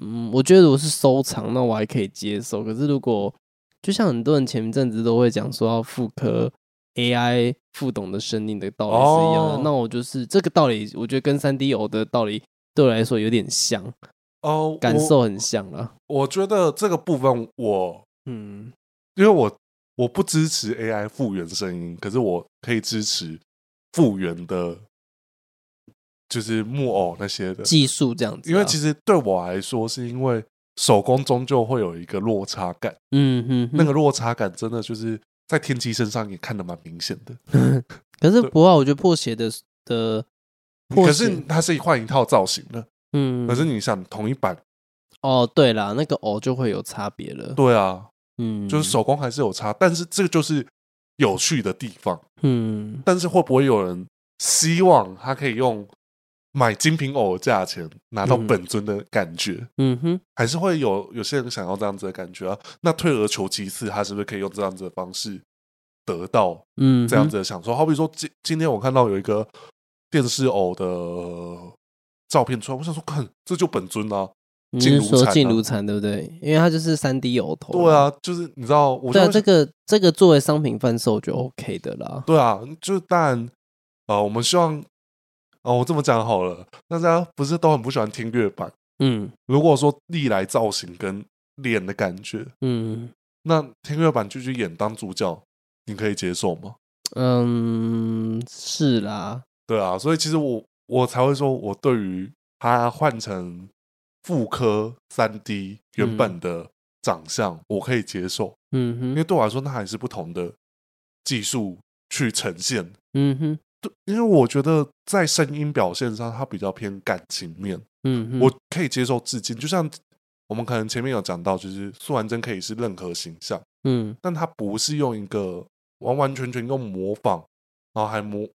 [SPEAKER 2] 嗯，我觉得如果是收藏，那我还可以接受。可是如果就像很多人前一阵子都会讲说要复刻 AI 复懂的生命的道理是一样的，
[SPEAKER 1] 哦
[SPEAKER 2] 那我就是这个道理，我觉得跟三 D 偶的道理对我来说有点像，
[SPEAKER 1] 哦，
[SPEAKER 2] 感
[SPEAKER 1] 我
[SPEAKER 2] 受很像了。
[SPEAKER 1] 我觉得这个部分我，
[SPEAKER 2] 嗯，
[SPEAKER 1] 因为我我不支持 AI 复原声音，可是我可以支持复原的，就是木偶那些的。
[SPEAKER 2] 技术这样子啊、
[SPEAKER 1] 因为其实对我来说，是因为手工终究会有一个落差感，
[SPEAKER 2] 嗯嗯，
[SPEAKER 1] 那个落差感真的就是在天机身上也看得蛮明显的。
[SPEAKER 2] 可是
[SPEAKER 1] 对
[SPEAKER 2] 不过我觉得破鞋的的破
[SPEAKER 1] 可
[SPEAKER 2] 鞋，
[SPEAKER 1] 是它是换一套造型的，
[SPEAKER 2] 嗯，
[SPEAKER 1] 可是你想同一版，
[SPEAKER 2] 哦，对啦，那个偶就会有差别了。
[SPEAKER 1] 对啊，
[SPEAKER 2] 嗯，
[SPEAKER 1] 就是手工还是有差，但是这个就是有趣的地方。
[SPEAKER 2] 嗯，
[SPEAKER 1] 但是会不会有人希望他可以用买精品偶的价钱拿到
[SPEAKER 2] 嗯
[SPEAKER 1] 本尊的感觉？
[SPEAKER 2] 嗯哼，
[SPEAKER 1] 还是会有有些人想要这样子的感觉啊？那退而求其次，他是不是可以用这样子的方式得到
[SPEAKER 2] 嗯哼，
[SPEAKER 1] 这样子的享受？好比说，今今天我看到有一个电视偶的照片出来，我想说，看这就本尊啊，
[SPEAKER 2] 你
[SPEAKER 1] 进
[SPEAKER 2] 是
[SPEAKER 1] 炉
[SPEAKER 2] 说
[SPEAKER 1] 产
[SPEAKER 2] 进
[SPEAKER 1] 啊
[SPEAKER 2] 炉产对不对？因为它就是三 D 偶头。
[SPEAKER 1] 对，啊，就是你知道，我就
[SPEAKER 2] 哦对啊，
[SPEAKER 1] 会
[SPEAKER 2] 这个这个作为商品贩售，我觉得 OK 的啦。
[SPEAKER 1] 对啊，就是当然，呃，我们希望，哦，我这么讲好了，大家不是都很不喜欢听乐版？
[SPEAKER 2] 嗯
[SPEAKER 1] 如果说历来造型跟脸的感觉，
[SPEAKER 2] 嗯
[SPEAKER 1] 那听乐版继续演当主角，你可以接受吗？
[SPEAKER 2] 嗯，是啦。
[SPEAKER 1] 对啊，所以其实我我才会说，我对于他换成妇科三 D 原本的长相，我可以接受，
[SPEAKER 2] 嗯
[SPEAKER 1] 因
[SPEAKER 2] 哼
[SPEAKER 1] 为，对我来说，那还是不同的技术去呈现。
[SPEAKER 2] 嗯哼，
[SPEAKER 1] 对，因为我觉得在声音表现上，它比较偏感情面，
[SPEAKER 2] 嗯哼，
[SPEAKER 1] 我可以接受致敬。就像我们可能前面有讲到，就是素还真可以是任何形象，
[SPEAKER 2] 嗯
[SPEAKER 1] 但它不是用一个完完全全用模仿，然后还模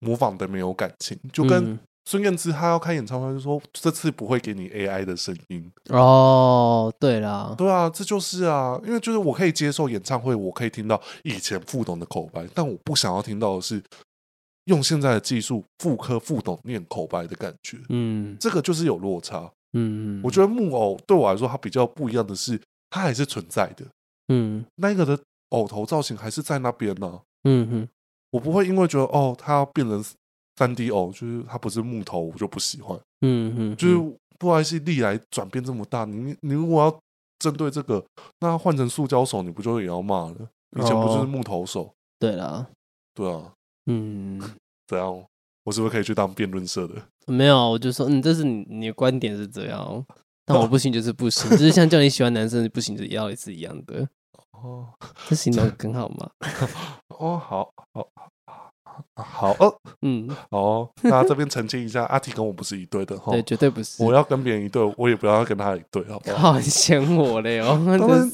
[SPEAKER 1] 模仿的没有感情，就跟、
[SPEAKER 2] 嗯
[SPEAKER 1] 孙燕姿她要开演唱会，就说这次不会给你 AI 的声音。
[SPEAKER 2] 哦，对啦，
[SPEAKER 1] 对啊，这就是啊，因为就是我可以接受演唱会，我可以听到以前傅董的口白，但我不想要听到的是用现在的技术复刻傅董念口白的感觉。
[SPEAKER 2] 嗯
[SPEAKER 1] 这个就是有落差。
[SPEAKER 2] 嗯，
[SPEAKER 1] 我觉得木偶对我来说，它比较不一样的是，它还是存在的，
[SPEAKER 2] 嗯
[SPEAKER 1] 那个的偶头造型还是在那边呢、
[SPEAKER 2] 嗯哼，
[SPEAKER 1] 我不会因为觉得哦，它要变成三 D 偶，就是它不是木头，我就不喜欢。
[SPEAKER 2] 嗯哼，
[SPEAKER 1] 就是不还是历来转变这么大，你你如果要针对这个，那换成塑胶手，你不就也要骂了？以前不就是
[SPEAKER 2] 哦
[SPEAKER 1] 木头手？
[SPEAKER 2] 对啦，
[SPEAKER 1] 对啊，
[SPEAKER 2] 嗯。
[SPEAKER 1] 怎样？我是不是可以去当辩论社的？
[SPEAKER 2] 没有，我就说，嗯，这是你你的观点是这样，但我不行就是不行，就是像叫你喜欢男生不行就要也是一样的，
[SPEAKER 1] 哦
[SPEAKER 2] 这形容很好嘛。
[SPEAKER 1] 哦，好好好哦 (laughs)
[SPEAKER 2] 嗯，
[SPEAKER 1] 好哦，那这边澄清一下，阿提跟我不是一 (laughs) 队的哈
[SPEAKER 2] 对，。绝对不是。
[SPEAKER 1] 我要跟别人一队，我也不要跟他一队，好不好？
[SPEAKER 2] 好嫌我嘞
[SPEAKER 1] (laughs)
[SPEAKER 2] 哦，
[SPEAKER 1] 当然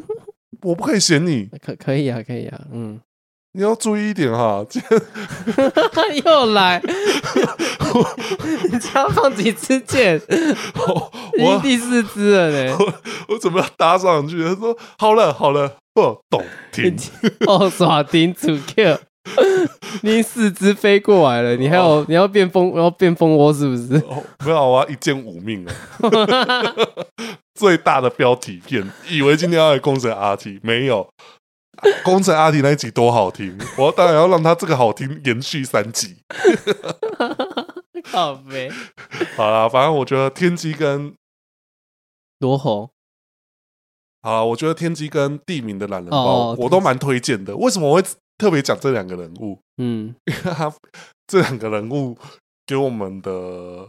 [SPEAKER 1] (laughs) 我不可以嫌你，
[SPEAKER 2] 可可以啊，可以啊，嗯， (laughs)
[SPEAKER 1] 你要注意一点哈。 (laughs) 今天
[SPEAKER 2] 又来， (laughs) 你这样放几支箭？
[SPEAKER 1] 我
[SPEAKER 2] 已经
[SPEAKER 1] 我
[SPEAKER 2] 第四支了呢。
[SPEAKER 1] 我准备要搭上去，他说好了好了，不懂 (laughs) 停。
[SPEAKER 2] 哦， (laughs) 耍丁主 Q，你四只飞过来了，你还有你要变蜂，要变蜂窝是不是？ (laughs)
[SPEAKER 1] 哦，没有，我要一剑五命啊！最大的标题片，以为今天要来攻城阿 T，没有。攻城阿 T 那一集多好听， (laughs) 我当然要让他这个好听延续三集。
[SPEAKER 2] 靠背，
[SPEAKER 1] 好啦，反正我觉得天机跟
[SPEAKER 2] 罗红。
[SPEAKER 1] 好啦，我觉得天机跟地名的懒人包，
[SPEAKER 2] 哦
[SPEAKER 1] 我都蛮推荐的。为什么我会特别讲这两个人物？ (laughs)
[SPEAKER 2] 嗯
[SPEAKER 1] 因为他这两个人物给我们的，我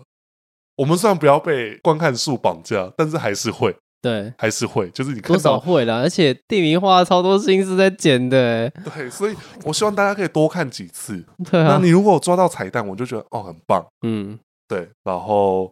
[SPEAKER 1] 我们虽然不要被观看数绑架，但是还是会，
[SPEAKER 2] 对，
[SPEAKER 1] 还是会，就是你看
[SPEAKER 2] 多
[SPEAKER 1] 到
[SPEAKER 2] 少会啦，而且地名花了超多心思在剪的、 (laughs) 欸，
[SPEAKER 1] 对，所以我希望大家可以多看几次。
[SPEAKER 2] 对
[SPEAKER 1] 那
[SPEAKER 2] 啊
[SPEAKER 1] 你，如果抓到彩蛋，我就觉得哦很棒。
[SPEAKER 2] 嗯，
[SPEAKER 1] 对，然后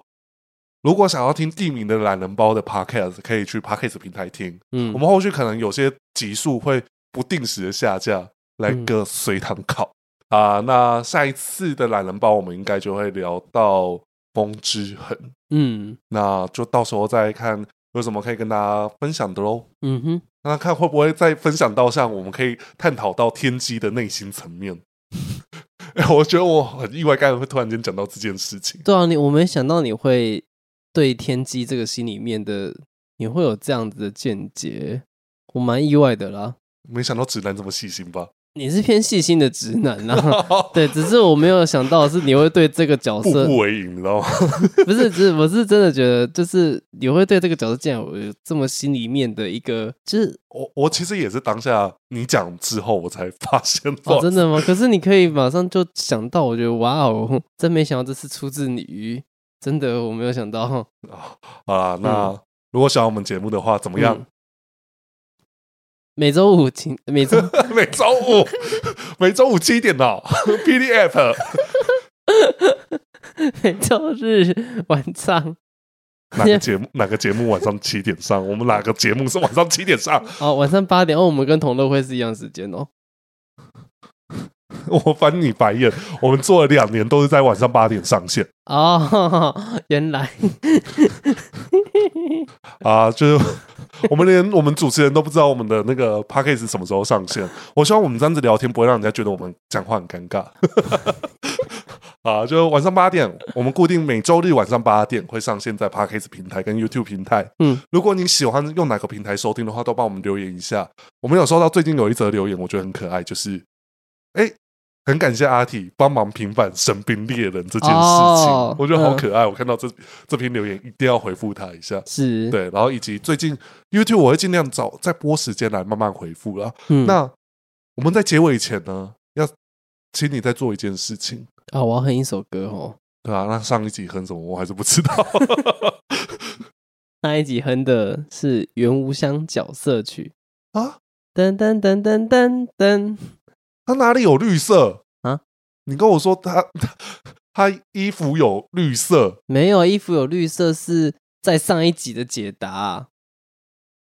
[SPEAKER 1] 如果想要听地名的懒人包的 podcast，可以去 podcast 平台听。
[SPEAKER 2] 嗯，
[SPEAKER 1] 我们后续可能有些集数会不定时的下架，来个随堂考啊、那下一次的懒人包，我们应该就会聊到风之痕，
[SPEAKER 2] 嗯
[SPEAKER 1] 那就到时候再看有什么可以跟大家分享的喽。
[SPEAKER 2] 嗯哼，
[SPEAKER 1] 那看会不会再分享到像我们可以探讨到天机的内心层面。 (laughs) 哎、我觉得我很意外，刚才会突然间讲到这件事情。
[SPEAKER 2] 对啊，你我没想到你会对天机这个心里面的你会有这样子的见解，我蛮意外的啦。
[SPEAKER 1] 没想到直男这么细心吧？
[SPEAKER 2] 你是偏细心的直男啊，
[SPEAKER 1] (laughs)
[SPEAKER 2] 对，只是我没有想到是你会对这个角
[SPEAKER 1] 步
[SPEAKER 2] 色，
[SPEAKER 1] 步为营，你知道吗？ (laughs)
[SPEAKER 2] 不是，只是我是真的觉得，就是你会对这个角色竟然有这么心里面的一个，就是
[SPEAKER 1] 我我其实也是当下你讲之后，我才发现哇、
[SPEAKER 2] 哦，真的
[SPEAKER 1] (laughs)
[SPEAKER 2] 吗？可是你可以马上就想到，我觉得哇哦， (laughs) 真没想到这是出自你于，真的我没有想到。
[SPEAKER 1] 啊！那、
[SPEAKER 2] 嗯
[SPEAKER 1] 如果喜欢我们节目的话，怎么样？
[SPEAKER 2] 每周五请 (laughs)
[SPEAKER 1] (laughs)
[SPEAKER 2] 每周
[SPEAKER 1] (laughs) 每周五， (laughs) 每周五七点哦
[SPEAKER 2] (laughs)
[SPEAKER 1] ，PDF
[SPEAKER 2] 每周日晚上
[SPEAKER 1] 哪个节目？哪个节目晚上七点上？我们哪个节目是晚上七点上？
[SPEAKER 2] 哦，晚上八点哦，我们跟同乐会是一样时间哦。
[SPEAKER 1] (laughs) 我翻你白眼。我们做了两年，都是在晚上八点上线
[SPEAKER 2] 哦， (laughs)
[SPEAKER 1] (laughs)
[SPEAKER 2] 原来
[SPEAKER 1] 啊，就是我们连我们主持人都不知道我们的那个 p a c k a g e 什么时候上线。我希望我们这样子聊天不会让人家觉得我们讲话很尴尬。 (laughs) 啊，就晚上八点，我们固定每周日晚上八点会上线在 p a c k a g e 平台跟 YouTube 平台。
[SPEAKER 2] 嗯，
[SPEAKER 1] 如果你喜欢用哪个平台收听的话，都帮我们留言一下。我们有收到最近有一则留言，我觉得很可爱，就是哎。很感谢阿体帮忙平反神兵猎人这件事情，
[SPEAKER 2] 哦
[SPEAKER 1] 我觉得好
[SPEAKER 2] 嗯
[SPEAKER 1] 可爱。我看到这这篇留言，一定要回复他一下。
[SPEAKER 2] 是，
[SPEAKER 1] 对，然后以及最近 YouTube 我会尽量找在播时间来慢慢回复啦。
[SPEAKER 2] 嗯
[SPEAKER 1] 那我们在结尾前呢，要请你再做一件事情，
[SPEAKER 2] 啊，我要哼一首歌哦。
[SPEAKER 1] 对啊，那上一集哼什么我还是不
[SPEAKER 2] (laughs)
[SPEAKER 1] 知道，
[SPEAKER 2] 那一集哼的是《圆无香角色曲
[SPEAKER 1] 啊，》，
[SPEAKER 2] 噔噔噔噔噔噔，
[SPEAKER 1] 它哪里有绿色
[SPEAKER 2] 啊？
[SPEAKER 1] 你跟我说 (laughs) 它它衣服有绿色
[SPEAKER 2] 没有衣服有绿色是在上一集的解答、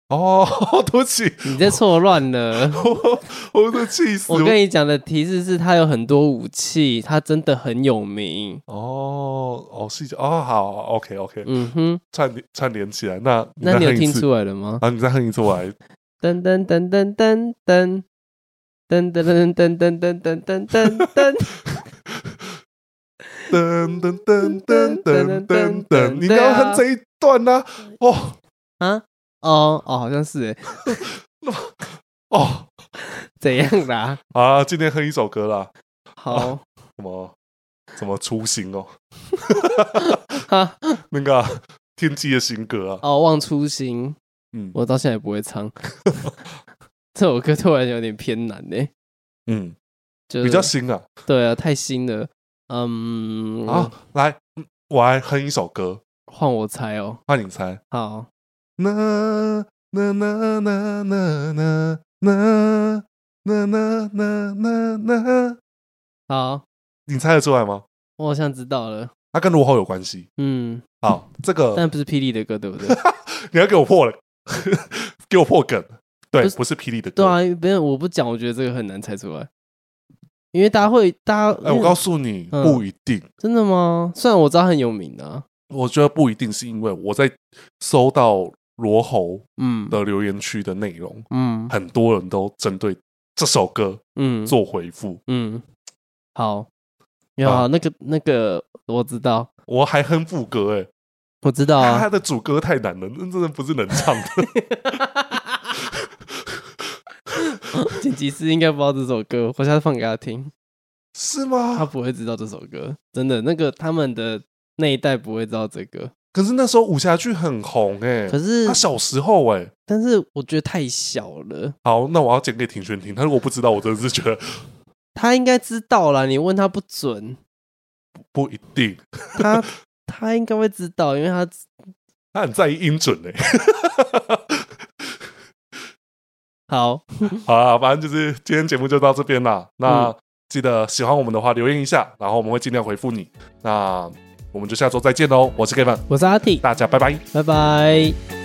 [SPEAKER 1] 哦， (laughs) 对不起，
[SPEAKER 2] 你在错乱了。
[SPEAKER 1] (laughs) 我我都气死
[SPEAKER 2] 我
[SPEAKER 1] 我
[SPEAKER 2] 跟你讲的提示是，他有很多武器，他真的很有名。
[SPEAKER 1] 哦哦，是哦，好，OK OK，
[SPEAKER 2] 嗯哼，
[SPEAKER 1] 串联串联起来。那
[SPEAKER 2] 那你有听
[SPEAKER 1] 来
[SPEAKER 2] 出来了吗？
[SPEAKER 1] 啊？你再哼一次，我来
[SPEAKER 2] 噔噔噔噔噔噔噔噔噔噔噔噔噔噔噔噔，
[SPEAKER 1] (laughs) 噔噔噔噔噔噔噔，你刚刚哼这一段呢、哦
[SPEAKER 2] 啊，哦哦，好像是诶，
[SPEAKER 1] 哦，
[SPEAKER 2] 怎样啦？
[SPEAKER 1] (laughs) 啊，今天哼一首歌啦，
[SPEAKER 2] 好
[SPEAKER 1] 什么什么初心哦，
[SPEAKER 2] 哈，
[SPEAKER 1] 那个啊、天机的新歌啊，
[SPEAKER 2] 哦，忘初心，
[SPEAKER 1] 嗯
[SPEAKER 2] 我到现在也不会唱。 (laughs) 这首歌突然有点偏难呢，
[SPEAKER 1] 嗯，
[SPEAKER 2] 就是
[SPEAKER 1] 比较新啊
[SPEAKER 2] 对啊，太新了。嗯，
[SPEAKER 1] 啊，来，嗯我来哼一首歌，
[SPEAKER 2] 换我猜哦。
[SPEAKER 1] 换你猜，
[SPEAKER 2] 好，
[SPEAKER 1] 那那那那那那那那那那那那，
[SPEAKER 2] 好，
[SPEAKER 1] 你猜得出来吗？
[SPEAKER 2] 我好像知道了。
[SPEAKER 1] 它跟罗喉有关系。
[SPEAKER 2] 嗯，
[SPEAKER 1] 好，这个
[SPEAKER 2] 但不是霹雳的歌，对不 (laughs) 对？
[SPEAKER 1] 你要给我破了， (laughs) 给我破梗。对
[SPEAKER 2] 不，是
[SPEAKER 1] 不是霹雳的歌。
[SPEAKER 2] 对啊，不然我不讲，我觉得这个很难猜出来，因为大家会，大家，
[SPEAKER 1] 哎、我告诉你，
[SPEAKER 2] 嗯
[SPEAKER 1] 不一定。
[SPEAKER 2] 真的吗？虽然我知道很有名啊，
[SPEAKER 1] 我觉得不一定是因为我在收到罗喉
[SPEAKER 2] 嗯，
[SPEAKER 1] 的留言区的内容，
[SPEAKER 2] 嗯
[SPEAKER 1] 很多人都针对这首歌
[SPEAKER 2] 嗯
[SPEAKER 1] 做回复。
[SPEAKER 2] 嗯，好，你好，那个那个，我知道，
[SPEAKER 1] 我还哼副歌、哎、
[SPEAKER 2] 我知道
[SPEAKER 1] 他
[SPEAKER 2] 啊
[SPEAKER 1] 他，的主歌太难了，那真的不是能唱
[SPEAKER 2] (laughs)
[SPEAKER 1] 的。
[SPEAKER 2] 剪辑师应该不知道这首歌，我下次放给他听，
[SPEAKER 1] 是
[SPEAKER 2] 他
[SPEAKER 1] 吗？
[SPEAKER 2] 不会知道这首歌，真的，那个他们的那一代不会知道这个，
[SPEAKER 1] 可是那时候武侠剧很红、哎，
[SPEAKER 2] 可是
[SPEAKER 1] 他小时候、哎，
[SPEAKER 2] 但是我觉得太小了，
[SPEAKER 1] 好，那我要剪给庭轩听。他如果不知道，我真的是觉得
[SPEAKER 2] 他应该知道啦，你问他不准。
[SPEAKER 1] 不一定。
[SPEAKER 2] 他他应该会知道，因为他
[SPEAKER 1] 他很在意音准哎嘞、
[SPEAKER 2] 好，
[SPEAKER 1] 好啦，反正就是今天节目就到这边啦。那记得喜欢我们的话留言一下，然后我们会尽量回复你。那我们就下周再见喽，我是 Kevin，
[SPEAKER 2] 我是阿 T，
[SPEAKER 1] 大家拜拜。
[SPEAKER 2] 拜拜。